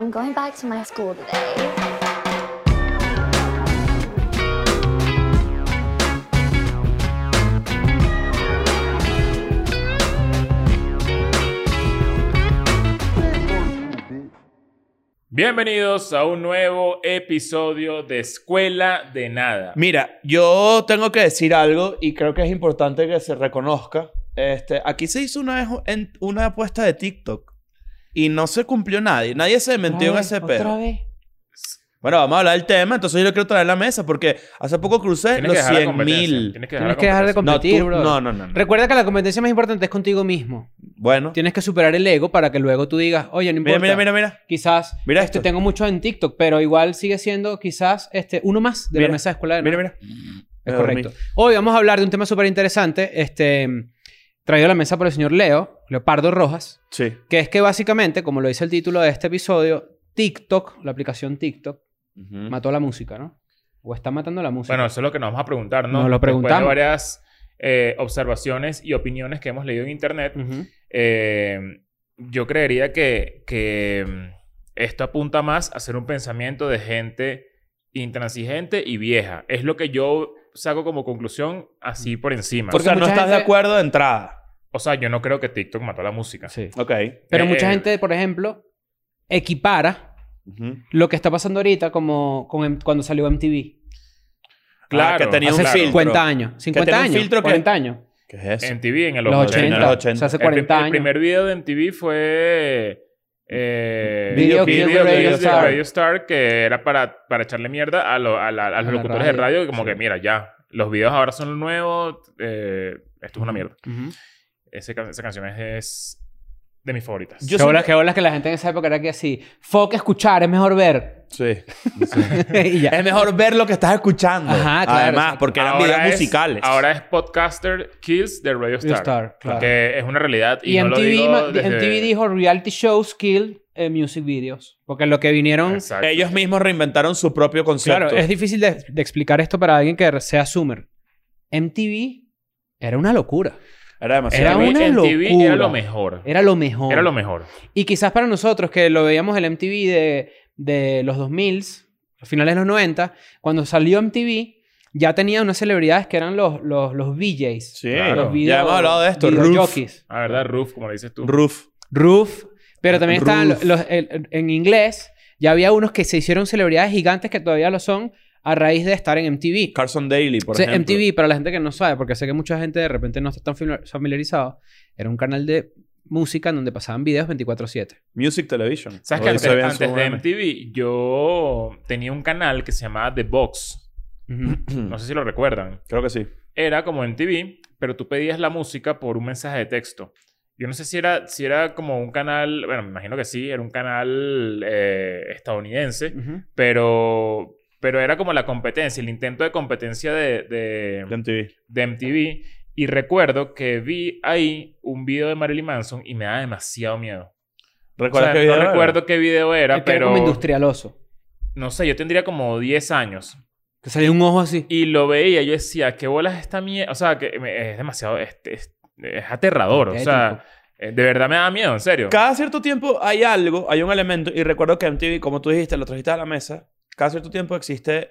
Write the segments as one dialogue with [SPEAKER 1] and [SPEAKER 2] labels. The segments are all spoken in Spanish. [SPEAKER 1] I'm going back to my school today.
[SPEAKER 2] Bienvenidos a un nuevo episodio de Escuela de Nada.
[SPEAKER 3] Mira, yo tengo que decir algo y creo que es importante que se reconozca. Este, aquí se hizo una, vez en- una apuesta de TikTok y no se cumplió nadie. Nadie se metió en ese pedo. Bueno, vamos a hablar del tema, entonces yo lo quiero traer a la mesa porque hace poco crucé
[SPEAKER 2] Tienes
[SPEAKER 3] los
[SPEAKER 2] que dejar la
[SPEAKER 3] 100
[SPEAKER 2] competencia,
[SPEAKER 3] mil.
[SPEAKER 2] Tienes que dejar,
[SPEAKER 4] Tienes que dejar de
[SPEAKER 2] competencia.
[SPEAKER 3] No,
[SPEAKER 4] competir,
[SPEAKER 3] tú-
[SPEAKER 4] bro.
[SPEAKER 3] no, no, no, no.
[SPEAKER 4] Recuerda que la competencia más importante es contigo mismo.
[SPEAKER 3] Bueno,
[SPEAKER 4] Tienes que superar el ego para que luego tú digas, oye, no
[SPEAKER 3] mira,
[SPEAKER 4] importa.
[SPEAKER 3] mira, mira, mira.
[SPEAKER 4] Quizás
[SPEAKER 3] Mira
[SPEAKER 4] este,
[SPEAKER 3] esto.
[SPEAKER 4] tengo mucho en TikTok, pero igual sigue siendo quizás este, uno más de
[SPEAKER 3] Mira,
[SPEAKER 4] la mesa de escuela. de
[SPEAKER 3] Mira,
[SPEAKER 4] nada.
[SPEAKER 3] mira.
[SPEAKER 4] Es
[SPEAKER 3] Me
[SPEAKER 4] correcto.
[SPEAKER 3] dormí.
[SPEAKER 4] Hoy vamos a hablar de un tema súper interesante, este, traído a la mesa por el señor Leo, Leopardo Rojas,
[SPEAKER 3] Sí.
[SPEAKER 4] que es que básicamente, como lo dice el título de este episodio, TikTok, la aplicación TikTok,
[SPEAKER 3] Ujú.
[SPEAKER 4] mató la música, ¿no? O está matando la música.
[SPEAKER 2] Bueno, eso es lo que nos vamos a preguntar, ¿no?
[SPEAKER 4] Nos
[SPEAKER 2] Después
[SPEAKER 4] lo
[SPEAKER 2] de
[SPEAKER 4] preguntamos.
[SPEAKER 2] varias eh, observaciones y opiniones que hemos leído en internet,
[SPEAKER 4] Ujú.
[SPEAKER 2] eh, yo creería que, que mm, esto apunta más a ser un pensamiento de gente intransigente y vieja. Es lo que yo saco como conclusión así por encima.
[SPEAKER 3] o sea, no
[SPEAKER 4] mucha
[SPEAKER 3] estás de
[SPEAKER 4] gente-
[SPEAKER 3] acuerdo de entrada.
[SPEAKER 2] O sea, yo no creo que TikTok mató la música.
[SPEAKER 4] Sí.
[SPEAKER 3] Ok.
[SPEAKER 4] Pero
[SPEAKER 2] Eh,
[SPEAKER 4] mucha
[SPEAKER 2] eh.
[SPEAKER 4] gente, por ejemplo, equipara
[SPEAKER 3] Ujú.
[SPEAKER 4] lo que está pasando ahorita como con em- cuando salió MTV.
[SPEAKER 2] Claro,
[SPEAKER 3] Ah, que tenía
[SPEAKER 2] hace
[SPEAKER 3] un
[SPEAKER 2] claro.
[SPEAKER 3] filtro.
[SPEAKER 4] 50 años. 50
[SPEAKER 3] tenía un
[SPEAKER 4] años.
[SPEAKER 3] filtro que-
[SPEAKER 4] 40 años.
[SPEAKER 3] ¿Qué es eso?
[SPEAKER 2] En TV, en el
[SPEAKER 4] Los 80.
[SPEAKER 3] los
[SPEAKER 4] O
[SPEAKER 3] 80.
[SPEAKER 4] sea, hace
[SPEAKER 2] El prim-
[SPEAKER 4] 40
[SPEAKER 2] el,
[SPEAKER 4] años.
[SPEAKER 2] primer video de MTV fue. Eh,
[SPEAKER 4] Video
[SPEAKER 2] Kill
[SPEAKER 4] Kill
[SPEAKER 2] Video
[SPEAKER 4] the
[SPEAKER 2] Kill
[SPEAKER 4] Radio
[SPEAKER 2] the
[SPEAKER 4] Star.
[SPEAKER 2] Radio Star, que era para, para echarle mierda a, lo- a la- a los
[SPEAKER 4] la
[SPEAKER 2] locutores de
[SPEAKER 4] radio.
[SPEAKER 2] radio, como
[SPEAKER 4] Sí.
[SPEAKER 2] que mira, ya, los videos ahora son nuevos, eh, esto es una mierda. Ese can- esa canción es, es de mis favoritas.
[SPEAKER 3] Yo
[SPEAKER 4] qué, bolas,
[SPEAKER 3] siempre-
[SPEAKER 4] qué bolas que la gente en esa época era que así. Fuck escuchar, es mejor ver.
[SPEAKER 3] Sí.
[SPEAKER 4] y ya.
[SPEAKER 3] Es mejor ver lo que estás escuchando.
[SPEAKER 4] Ajá, claro,
[SPEAKER 3] Además,
[SPEAKER 4] exacto.
[SPEAKER 3] porque eran
[SPEAKER 2] Ahora
[SPEAKER 3] videos
[SPEAKER 2] es-
[SPEAKER 3] musicales.
[SPEAKER 2] Ahora es Podcaster Kills de Radio Star.
[SPEAKER 4] Star, claro.
[SPEAKER 2] Que es una realidad. Y,
[SPEAKER 4] Y,
[SPEAKER 2] no lo
[SPEAKER 4] MTV,
[SPEAKER 2] digo
[SPEAKER 4] ma-
[SPEAKER 2] desde-
[SPEAKER 4] MTV dijo reality shows kill eh, music videos. Porque lo que vinieron...
[SPEAKER 2] Exacto.
[SPEAKER 3] Ellos mismos reinventaron su propio concepto.
[SPEAKER 4] Claro, es difícil de, de explicar esto para alguien que sea Summer. MTV era una locura.
[SPEAKER 3] Era demasiado.
[SPEAKER 4] Era
[SPEAKER 2] A mí
[SPEAKER 4] una
[SPEAKER 2] MTV era
[SPEAKER 4] locura.
[SPEAKER 2] lo mejor.
[SPEAKER 4] Era lo mejor.
[SPEAKER 2] Era lo mejor.
[SPEAKER 4] Y quizás para nosotros que lo veíamos el MTV de, de los 2000, finales de los 90, cuando salió MTV, ya tenía unas celebridades que eran los, los, los VJs.
[SPEAKER 3] Sí,
[SPEAKER 2] Claro.
[SPEAKER 4] Los video-
[SPEAKER 3] ya hemos hablado de esto.
[SPEAKER 4] video
[SPEAKER 3] Roof.
[SPEAKER 4] jockeys.
[SPEAKER 2] La verdad, Roof, como le dices tú.
[SPEAKER 3] Roof.
[SPEAKER 4] Roof. Pero también estaban
[SPEAKER 3] Roof.
[SPEAKER 4] los, los- el- en inglés, ya había unos que se hicieron celebridades gigantes que todavía lo son a raíz de estar en MTV.
[SPEAKER 3] Carson Daly, por
[SPEAKER 4] O sea,
[SPEAKER 3] ejemplo.
[SPEAKER 4] MTV, para la gente que no sabe, porque sé que mucha gente de repente no está tan familiar- familiarizado, era un canal de música en donde pasaban videos 24/7.
[SPEAKER 3] Music Television.
[SPEAKER 2] ¿Sabes
[SPEAKER 3] Lo
[SPEAKER 2] que
[SPEAKER 3] hizo
[SPEAKER 2] antes,
[SPEAKER 3] bien
[SPEAKER 2] antes
[SPEAKER 3] su
[SPEAKER 2] de
[SPEAKER 3] meme.
[SPEAKER 2] MTV yo tenía un canal que se llamaba The Box? No sé si lo recuerdan.
[SPEAKER 3] Creo que sí.
[SPEAKER 2] Era como MTV, pero tú pedías la música por un mensaje de texto. Yo no sé si era, si era como un canal, bueno, me imagino que sí, era un canal eh, estadounidense,
[SPEAKER 4] Ujú.
[SPEAKER 2] pero, pero era como la competencia, el intento de competencia de, de-
[SPEAKER 3] De MTV.
[SPEAKER 2] de MTV. Y recuerdo que vi ahí un video de Marilyn Manson y me da demasiado miedo. O
[SPEAKER 3] ¿Recuerdas
[SPEAKER 2] sea,
[SPEAKER 3] qué video
[SPEAKER 2] no
[SPEAKER 3] era?
[SPEAKER 2] recuerdo qué video era,
[SPEAKER 4] Es que era
[SPEAKER 2] pero...
[SPEAKER 4] como industrialoso.
[SPEAKER 2] no sé, yo tendría como 10 años.
[SPEAKER 4] Que salía un ojo así.
[SPEAKER 2] Y lo veía, yo decía, ¿qué bolas esta mierda? O sea, que me- es demasiado, es, es- es aterrador. O sea, eh, de verdad me da miedo, en serio.
[SPEAKER 3] Cada cierto tiempo hay algo, hay un elemento. Y recuerdo que MTV, como tú dijiste, lo trajiste a la mesa. Cada cierto tiempo existe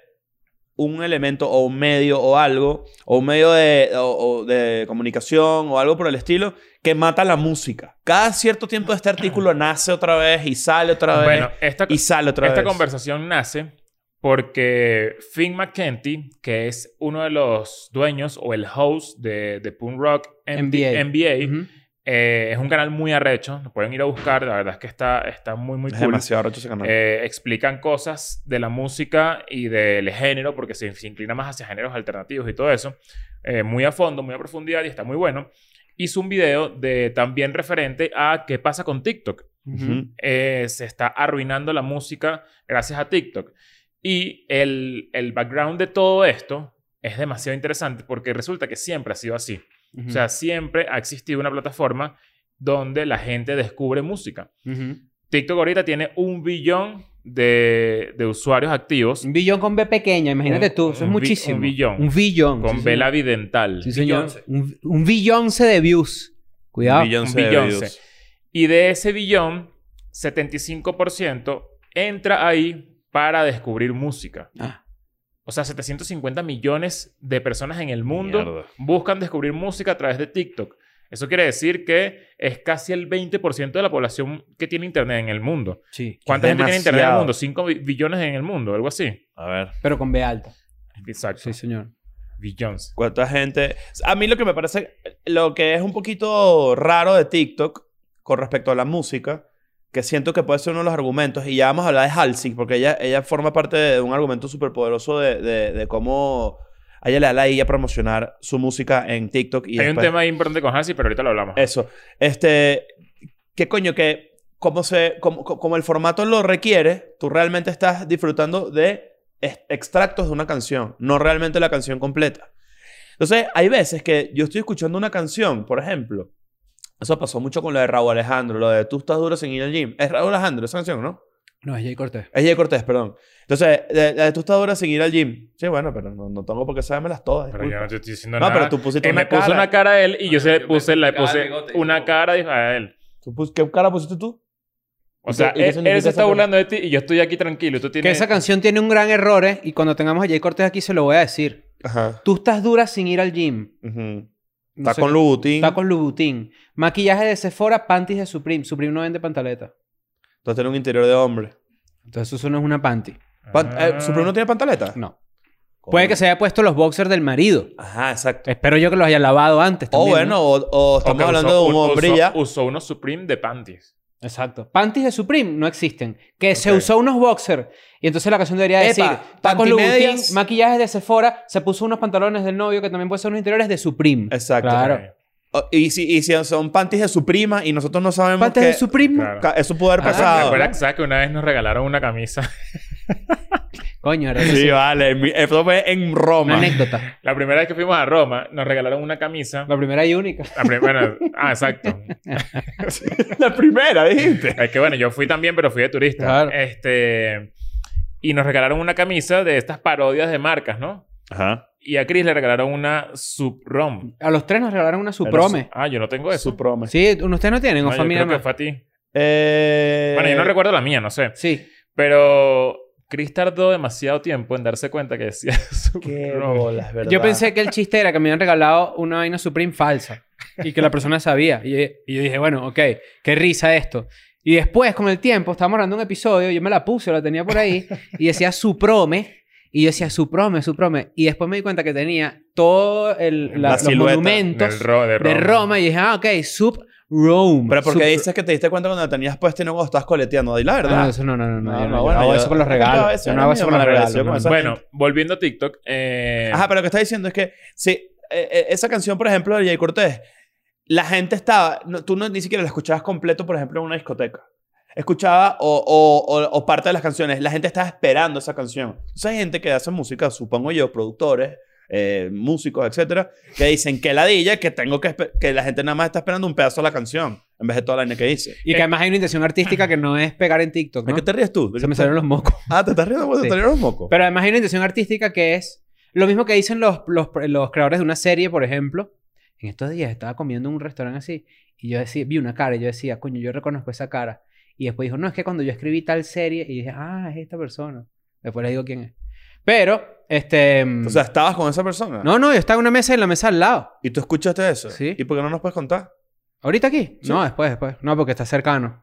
[SPEAKER 3] un elemento o un medio o algo, o un medio de, o- o de comunicación o algo por el estilo, que mata la música. Cada cierto tiempo este artículo nace otra vez y sale otra vez
[SPEAKER 2] bueno, esta,
[SPEAKER 3] y sale otra
[SPEAKER 2] esta
[SPEAKER 3] vez.
[SPEAKER 2] conversación nace porque Finn McKenty, que es uno de los dueños o el host de, de Punk Rock NBA,
[SPEAKER 4] NBA. Ujú.
[SPEAKER 2] eh, es un canal muy arrecho. Lo pueden ir a buscar. La verdad es que está, está muy, muy
[SPEAKER 3] Es
[SPEAKER 2] cool.
[SPEAKER 3] demasiado arrecho ese canal.
[SPEAKER 2] Eh, explican cosas de la música y del género, porque se, se inclina más hacia géneros alternativos y todo eso, eh, muy a fondo, muy a profundidad y está muy bueno. Hizo un video de, también referente a qué pasa con TikTok.
[SPEAKER 3] Ujú.
[SPEAKER 2] Eh, se está arruinando la música gracias a TikTok. Y el, el background de todo esto es demasiado interesante porque resulta que siempre ha sido así.
[SPEAKER 4] Ujú.
[SPEAKER 2] O sea, siempre ha existido una plataforma donde la gente descubre música.
[SPEAKER 4] Ujú.
[SPEAKER 2] TikTok ahorita tiene un billón de, de usuarios activos.
[SPEAKER 4] Un billón con B pequeña, imagínate
[SPEAKER 2] Un-
[SPEAKER 4] tú. Eso
[SPEAKER 2] un
[SPEAKER 4] es
[SPEAKER 2] bi-
[SPEAKER 4] muchísimo.
[SPEAKER 2] un billón.
[SPEAKER 4] Un billón.
[SPEAKER 2] Con
[SPEAKER 4] sí,
[SPEAKER 2] vela
[SPEAKER 4] señor.
[SPEAKER 2] vidental.
[SPEAKER 4] Sí, señor.
[SPEAKER 5] Billonce.
[SPEAKER 4] Un, un billonce de views. Cuidado.
[SPEAKER 3] Beyoncé
[SPEAKER 2] un Beyoncé.
[SPEAKER 3] Beyoncé.
[SPEAKER 2] Y de ese billón, 75% entra ahí para descubrir música.
[SPEAKER 4] Ah.
[SPEAKER 2] O sea, 750 millones de personas en el mundo
[SPEAKER 3] Mierda.
[SPEAKER 2] buscan descubrir música a través de TikTok. Eso quiere decir que es casi el 20% de la población que tiene internet en el mundo.
[SPEAKER 4] Sí.
[SPEAKER 2] ¿Cuánta gente tiene internet en el
[SPEAKER 3] demasiado.
[SPEAKER 2] mundo? 5 billones en el mundo, algo así.
[SPEAKER 3] A ver.
[SPEAKER 4] Pero con B alta.
[SPEAKER 2] Exacto.
[SPEAKER 4] Sí, señor.
[SPEAKER 2] Billones.
[SPEAKER 3] ¿Cuánta gente? A mí lo que me parece, lo que es un poquito raro de TikTok con respecto a la música, que siento que puede ser uno de los argumentos, y ya vamos a hablar de Halsey, porque ella, ella forma parte de un argumento súper poderoso de, de- de cómo a ella le da la idea promocionar su música en TikTok. Y
[SPEAKER 2] Hay un
[SPEAKER 3] después-
[SPEAKER 2] tema ahí importante con Hansi, pero ahorita lo hablamos.
[SPEAKER 3] Eso. Este, ¿qué coño? Que como, se, como, co- como el formato lo requiere, tú realmente estás disfrutando de ex- extractos de una canción, no realmente la canción completa. Entonces, hay veces que yo estoy escuchando una canción, por ejemplo, eso pasó mucho con lo de Raúl Alejandro, lo de Tú estás duro sin ir al gym. Es Raúl Alejandro esa canción, ¿no?
[SPEAKER 4] No, es Jay Cortés.
[SPEAKER 3] Es Jay Cortés, perdón. Entonces, la la de Tú estás duro sin ir al gym. Sí, bueno, pero no, no tengo por qué sabérmelas todas.
[SPEAKER 2] Pero yo
[SPEAKER 3] disculpa.
[SPEAKER 2] no te estoy diciendo
[SPEAKER 3] no,
[SPEAKER 2] nada.
[SPEAKER 3] pero tú pusiste
[SPEAKER 2] Él me
[SPEAKER 3] una
[SPEAKER 2] puso
[SPEAKER 3] cara.
[SPEAKER 2] una cara a él y yo
[SPEAKER 5] Bueno,
[SPEAKER 2] se
[SPEAKER 5] yo me
[SPEAKER 2] puse, le
[SPEAKER 5] picaba el
[SPEAKER 2] puse
[SPEAKER 5] bigote,
[SPEAKER 2] una
[SPEAKER 5] digo.
[SPEAKER 2] cara a él.
[SPEAKER 3] ¿Tú pus- ¿Qué cara pusiste tú?
[SPEAKER 2] O
[SPEAKER 3] ¿Y
[SPEAKER 2] sea,
[SPEAKER 3] qué- y qué
[SPEAKER 2] él,
[SPEAKER 3] significa
[SPEAKER 2] él se
[SPEAKER 3] esa
[SPEAKER 2] está
[SPEAKER 3] cara?
[SPEAKER 2] burlando de ti y yo estoy aquí tranquilo. y Tú tienes...
[SPEAKER 4] Que esa canción tiene un gran error, ¿eh? Y cuando tengamos a Jay Cortés aquí se lo voy a decir.
[SPEAKER 3] Ajá.
[SPEAKER 4] Tú estás dura sin ir al gym.
[SPEAKER 3] Ujú.
[SPEAKER 4] No sé-
[SPEAKER 3] Tacón Louboutin.
[SPEAKER 4] Tacos Louboutin. Maquillaje de Sephora, panties de Supreme. Supreme no vende pantaleta.
[SPEAKER 3] Entonces tiene un interior de hombre.
[SPEAKER 4] Entonces eso no es una panty.
[SPEAKER 3] Pan- eh,
[SPEAKER 2] Ah.
[SPEAKER 3] ¿Supreme no tiene pantaleta?
[SPEAKER 4] No. Puede que se haya puesto los boxers del marido.
[SPEAKER 3] Ajá, exacto.
[SPEAKER 4] Espero yo que los haya lavado
[SPEAKER 3] O
[SPEAKER 4] antes. Eh,
[SPEAKER 2] Oh,
[SPEAKER 4] también,
[SPEAKER 3] bueno,
[SPEAKER 4] ¿no?
[SPEAKER 3] o, o
[SPEAKER 2] O
[SPEAKER 3] estamos
[SPEAKER 2] que
[SPEAKER 3] hablando
[SPEAKER 2] usó-
[SPEAKER 3] de un
[SPEAKER 2] u-
[SPEAKER 3] hombre
[SPEAKER 2] usó-
[SPEAKER 3] ya.
[SPEAKER 2] Usó unos Supreme de panties.
[SPEAKER 4] Exacto. Panties de Supreme no existen. Que se
[SPEAKER 2] Ok.
[SPEAKER 4] usó unos boxers. Y entonces la canción debería
[SPEAKER 3] Epa,
[SPEAKER 4] decir: Tacos Louboutin,
[SPEAKER 3] pantimedias.
[SPEAKER 4] maquillaje de Sephora, se puso unos pantalones del novio que también puede ser unos interiores de Supreme.
[SPEAKER 3] Exacto.
[SPEAKER 4] Claro.
[SPEAKER 2] Ok,
[SPEAKER 3] O- y, si, y si son panties de su prima y nosotros no sabemos
[SPEAKER 4] Panties
[SPEAKER 3] que
[SPEAKER 4] de Supreme.
[SPEAKER 2] claro.
[SPEAKER 3] ca- eso pudo haber
[SPEAKER 2] ¿Te
[SPEAKER 4] Ah,
[SPEAKER 3] pasado.
[SPEAKER 2] acuerdas ¿sabes que una vez nos regalaron una camisa?
[SPEAKER 4] Coño, era
[SPEAKER 3] Sí, vale. mi- Eso fue en
[SPEAKER 4] una
[SPEAKER 3] Roma.
[SPEAKER 4] anécdota.
[SPEAKER 2] La primera vez que fuimos a Roma, nos regalaron una camisa.
[SPEAKER 4] La primera y única.
[SPEAKER 2] La primera... ah, exacto.
[SPEAKER 3] La primera, dijiste.
[SPEAKER 2] Es que bueno, yo fui también, pero fui de turista.
[SPEAKER 4] Claro.
[SPEAKER 2] Este... Y nos regalaron una camisa de estas parodias de marcas, ¿no?
[SPEAKER 3] Ajá.
[SPEAKER 2] Y a Chris le regalaron una Suprom.
[SPEAKER 4] A los tres nos regalaron una Suprome.
[SPEAKER 2] Ah, yo no tengo eso.
[SPEAKER 3] Su proma.
[SPEAKER 4] Pues, Sí, ustedes no tienen,
[SPEAKER 2] No,
[SPEAKER 4] o
[SPEAKER 2] yo
[SPEAKER 4] familia
[SPEAKER 2] creo
[SPEAKER 4] no.
[SPEAKER 2] que fue a ti.
[SPEAKER 3] Eh,
[SPEAKER 2] Bueno, yo no recuerdo la mía, no sé.
[SPEAKER 4] Sí.
[SPEAKER 2] Pero Chris tardó demasiado tiempo en darse cuenta que decía su
[SPEAKER 3] Qué
[SPEAKER 2] Roma.
[SPEAKER 3] bolas, ¿verdad?
[SPEAKER 4] Yo pensé que el chiste era que me habían regalado una vaina Supreme falsa y que la persona sabía. Y, y yo dije, bueno, ok, qué risa esto. Y después, con el tiempo, estábamos grabando un episodio, yo me la puse, la tenía por ahí, y decía Suprome. Y yo decía Suprome, Suprome. Y después me di cuenta que tenía todo el,
[SPEAKER 2] La
[SPEAKER 4] la- los
[SPEAKER 3] silueta
[SPEAKER 4] monumentos
[SPEAKER 2] Del Ro- de Roma.
[SPEAKER 4] de Roma. Y dije, ah, ok, Sub Rome.
[SPEAKER 3] Pero porque
[SPEAKER 4] Sub-
[SPEAKER 3] dices que te diste cuenta cuando la tenías puesta y no cuando estabas coleteando. Di la
[SPEAKER 4] Ah,
[SPEAKER 3] verdad.
[SPEAKER 4] eso no, no, no, no.
[SPEAKER 3] No,
[SPEAKER 4] yo
[SPEAKER 3] no,
[SPEAKER 4] yo
[SPEAKER 3] bueno,
[SPEAKER 4] hago
[SPEAKER 3] yo-
[SPEAKER 4] eso con los
[SPEAKER 3] acá estaba
[SPEAKER 4] regalos.
[SPEAKER 3] ese,
[SPEAKER 4] Yo no
[SPEAKER 3] era
[SPEAKER 4] hago
[SPEAKER 3] mi
[SPEAKER 4] eso con los
[SPEAKER 3] malagradecido
[SPEAKER 4] regalos.
[SPEAKER 3] con
[SPEAKER 4] no,
[SPEAKER 3] esa
[SPEAKER 4] no.
[SPEAKER 2] Bueno, volviendo a TikTok. eh,
[SPEAKER 3] Ajá, pero lo que está diciendo es que sí, eh, eh, esa canción, por ejemplo, de Jay Cortés, la gente estaba, no, tú no, ni siquiera la escuchabas completo, por ejemplo, en una discoteca. Escuchaba o, o- o- o parte de las canciones, la gente estaba esperando esa canción. Entonces hay gente que hace música, supongo yo, productores, eh, músicos, etcétera, que dicen que ladilla, que tengo que, espe- que la gente nada más está esperando un pedazo de la canción, en vez de toda la vaina que dice.
[SPEAKER 4] Y que además hay una intención artística que no es pegar en TikTok,
[SPEAKER 3] ¿De
[SPEAKER 4] ¿no?
[SPEAKER 3] qué te ríes tú? ¿De
[SPEAKER 4] Se
[SPEAKER 3] qué
[SPEAKER 4] me
[SPEAKER 3] te-
[SPEAKER 4] salieron los mocos.
[SPEAKER 3] Ah, te estás riendo porque
[SPEAKER 4] Sí.
[SPEAKER 3] te salieron los mocos.
[SPEAKER 4] Pero además hay una intención artística que es lo mismo que dicen los, los, los creadores de una serie, por ejemplo. En estos días estaba comiendo en un restaurante así y yo decía, vi una cara y yo decía, coño, yo reconozco esa cara. Y después dijo, no, es que cuando yo escribí tal serie y dije, ah, es esta persona. Después le digo quién es. Pero, este... mm,
[SPEAKER 3] o sea, estabas con esa persona
[SPEAKER 4] no, no, yo estaba en una mesa y en la mesa al lado.
[SPEAKER 3] y tú escuchaste eso.
[SPEAKER 4] Sí.
[SPEAKER 3] ¿Y por qué no nos puedes contar?
[SPEAKER 4] ¿Ahorita aquí?
[SPEAKER 3] Sí.
[SPEAKER 4] No, después, después. No, porque está cercano.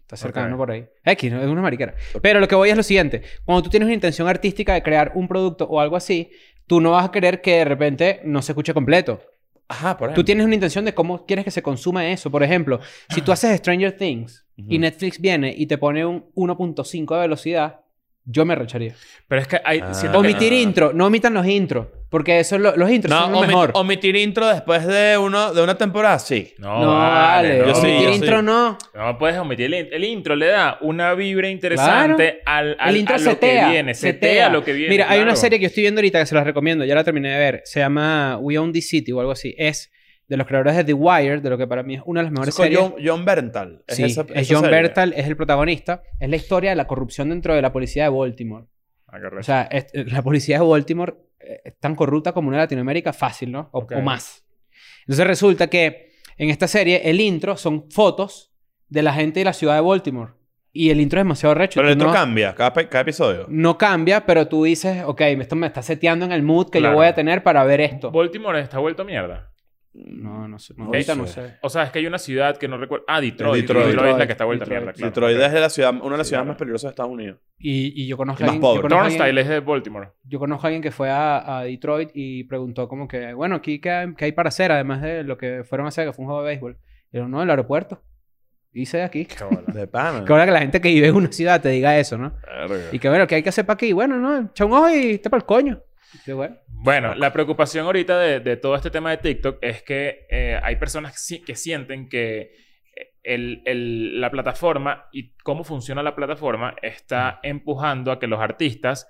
[SPEAKER 4] Está cercano
[SPEAKER 2] Ok.
[SPEAKER 4] por ahí. X, no, es una mariquera. Pero lo que voy es lo siguiente. Cuando tú tienes una intención artística de crear un producto o algo así, tú no vas a querer que de repente no se escuche completo.
[SPEAKER 3] Ajá, por
[SPEAKER 4] Tú tienes una intención de cómo quieres que se consuma eso. Por ejemplo, si tú haces Stranger Things y
[SPEAKER 3] Ujú.
[SPEAKER 4] Netflix viene y te pone un 1.5 de velocidad, yo me recharía.
[SPEAKER 2] Pero es que hay.
[SPEAKER 3] Ah.
[SPEAKER 2] siento que-
[SPEAKER 4] Omitir intro. No omitan los intros. Porque eso es lo- los intros son lo
[SPEAKER 3] omi-
[SPEAKER 4] mejor.
[SPEAKER 3] omitir intro después de, uno, de una temporada, sí.
[SPEAKER 2] No,
[SPEAKER 4] No, vale.
[SPEAKER 2] no.
[SPEAKER 3] Ah, Yo sí,
[SPEAKER 4] omitir
[SPEAKER 3] yo sí.
[SPEAKER 4] intro no.
[SPEAKER 2] No puedes omitir el, in- el intro. Le da una vibra interesante al, al-
[SPEAKER 4] el intro
[SPEAKER 2] a lo
[SPEAKER 4] setea,
[SPEAKER 2] que viene. Setea, lo que viene.
[SPEAKER 4] Mira, hay una
[SPEAKER 2] claro.
[SPEAKER 4] serie que yo estoy viendo ahorita que se las recomiendo, ya la terminé de ver. Se llama We Own This City o algo así. Es de los creadores de The Wire, de lo que para mí es una de las mejores
[SPEAKER 3] Es con
[SPEAKER 4] series.
[SPEAKER 3] John, John Berntal.
[SPEAKER 4] Sí, es,
[SPEAKER 3] esa- esa
[SPEAKER 4] John
[SPEAKER 3] serie.
[SPEAKER 4] Bertal, es el protagonista. Es la historia de la corrupción dentro de la policía de Baltimore.
[SPEAKER 2] Ah, qué
[SPEAKER 4] O
[SPEAKER 2] recho.
[SPEAKER 4] sea, es- eh, la policía de Baltimore eh, es tan corrupta como una de Latinoamérica fácil, ¿no? O,
[SPEAKER 2] Ok.
[SPEAKER 4] o más. Entonces resulta que en esta serie el intro son fotos de la gente de la ciudad de Baltimore. Y el intro es demasiado recho.
[SPEAKER 3] Pero
[SPEAKER 4] tú
[SPEAKER 3] el otro
[SPEAKER 4] no,
[SPEAKER 3] cambia cada, pe- cada episodio.
[SPEAKER 4] no cambia, pero tú dices, ok, esto me está seteando en el mood que
[SPEAKER 2] Claro.
[SPEAKER 4] yo voy a tener para ver esto.
[SPEAKER 2] Baltimore está vuelto mierda.
[SPEAKER 4] No, no sé. no,
[SPEAKER 2] Ok.
[SPEAKER 4] ahorita no sé.
[SPEAKER 2] O sea, es que hay una ciudad que no recuerdo. Ah, Detroit.
[SPEAKER 3] Detroit.
[SPEAKER 2] Detroit, es la que está vuelta
[SPEAKER 4] Detroit.
[SPEAKER 2] mierda. Claro.
[SPEAKER 3] Detroit
[SPEAKER 2] Ok.
[SPEAKER 3] es de la ciudad, una de las
[SPEAKER 2] Sí,
[SPEAKER 3] ciudades
[SPEAKER 2] claro.
[SPEAKER 3] más peligrosas de Estados Unidos.
[SPEAKER 4] Y, y yo conozco
[SPEAKER 3] Y más
[SPEAKER 4] a alguien,
[SPEAKER 3] pobre.
[SPEAKER 4] yo conozco a alguien-
[SPEAKER 2] Turnstile es de Baltimore.
[SPEAKER 4] Yo conozco a alguien que fue a, a Detroit y preguntó como que, bueno, aquí qué, hay- qué hay para hacer, además de lo que fueron a hacer, que fue un juego de béisbol. Y yo, no, el aeropuerto. Hice aquí.
[SPEAKER 2] Qué bola.
[SPEAKER 3] De pana.
[SPEAKER 4] Que ahora que la gente que vive en una ciudad te diga eso, ¿no?
[SPEAKER 3] Verga.
[SPEAKER 4] Y que bueno, ¿qué hay que hacer para aquí? Bueno, no, echa un ojo y te para el coño. Y que, bueno.
[SPEAKER 2] Bueno, la preocupación ahorita de, de todo este tema de TikTok es que eh, hay personas que, si- que sienten que eh, el- el- la plataforma y cómo funciona la plataforma está empujando a que los artistas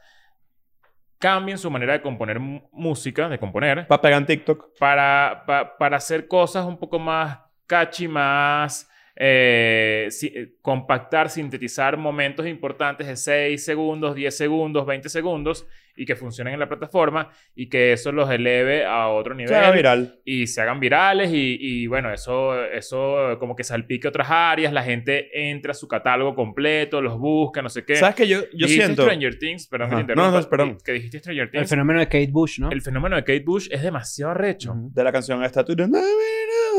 [SPEAKER 2] cambien su manera de componer mu- música, de componer,
[SPEAKER 3] Para pegar en TikTok.
[SPEAKER 2] para, pa- para hacer cosas un poco más catchy, más eh, si- eh, compactar, sintetizar momentos importantes de 6 segundos, 10 segundos, 20 segundos y que funcionen en la plataforma y que eso los eleve a otro
[SPEAKER 3] Se haga
[SPEAKER 2] nivel
[SPEAKER 3] viral.
[SPEAKER 2] y se hagan virales y, y, bueno, eso, eso como que salpique otras áreas, la gente entra a su catálogo completo, los busca, no sé qué.
[SPEAKER 3] ¿Sabes qué? Yo, yo
[SPEAKER 2] Dijiste
[SPEAKER 3] siento.
[SPEAKER 2] Stranger Things, perdón que
[SPEAKER 3] Ajá.
[SPEAKER 2] te
[SPEAKER 3] No, no,
[SPEAKER 2] interrumpa,
[SPEAKER 3] perdón.
[SPEAKER 2] que dijiste Stranger
[SPEAKER 4] El
[SPEAKER 2] Things.
[SPEAKER 4] fenómeno de Kate Bush, ¿no?
[SPEAKER 2] El fenómeno de Kate Bush es demasiado recho.
[SPEAKER 3] De la canción esta. tú-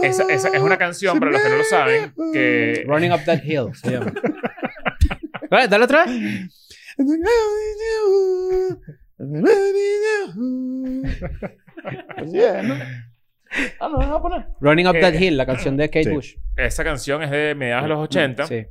[SPEAKER 2] Esa, esa es una canción, para los que no lo saben, que...
[SPEAKER 4] Running Up That Hill se llama. Vale, dale otra vez.
[SPEAKER 3] Así es, ¿no? Ah, no, no, poner.
[SPEAKER 4] Running Up
[SPEAKER 2] Eh,
[SPEAKER 4] That Hill, la canción de Kate
[SPEAKER 3] sí.
[SPEAKER 4] Bush.
[SPEAKER 2] Esa canción es de mediados de los 80.
[SPEAKER 4] Mm. Sí.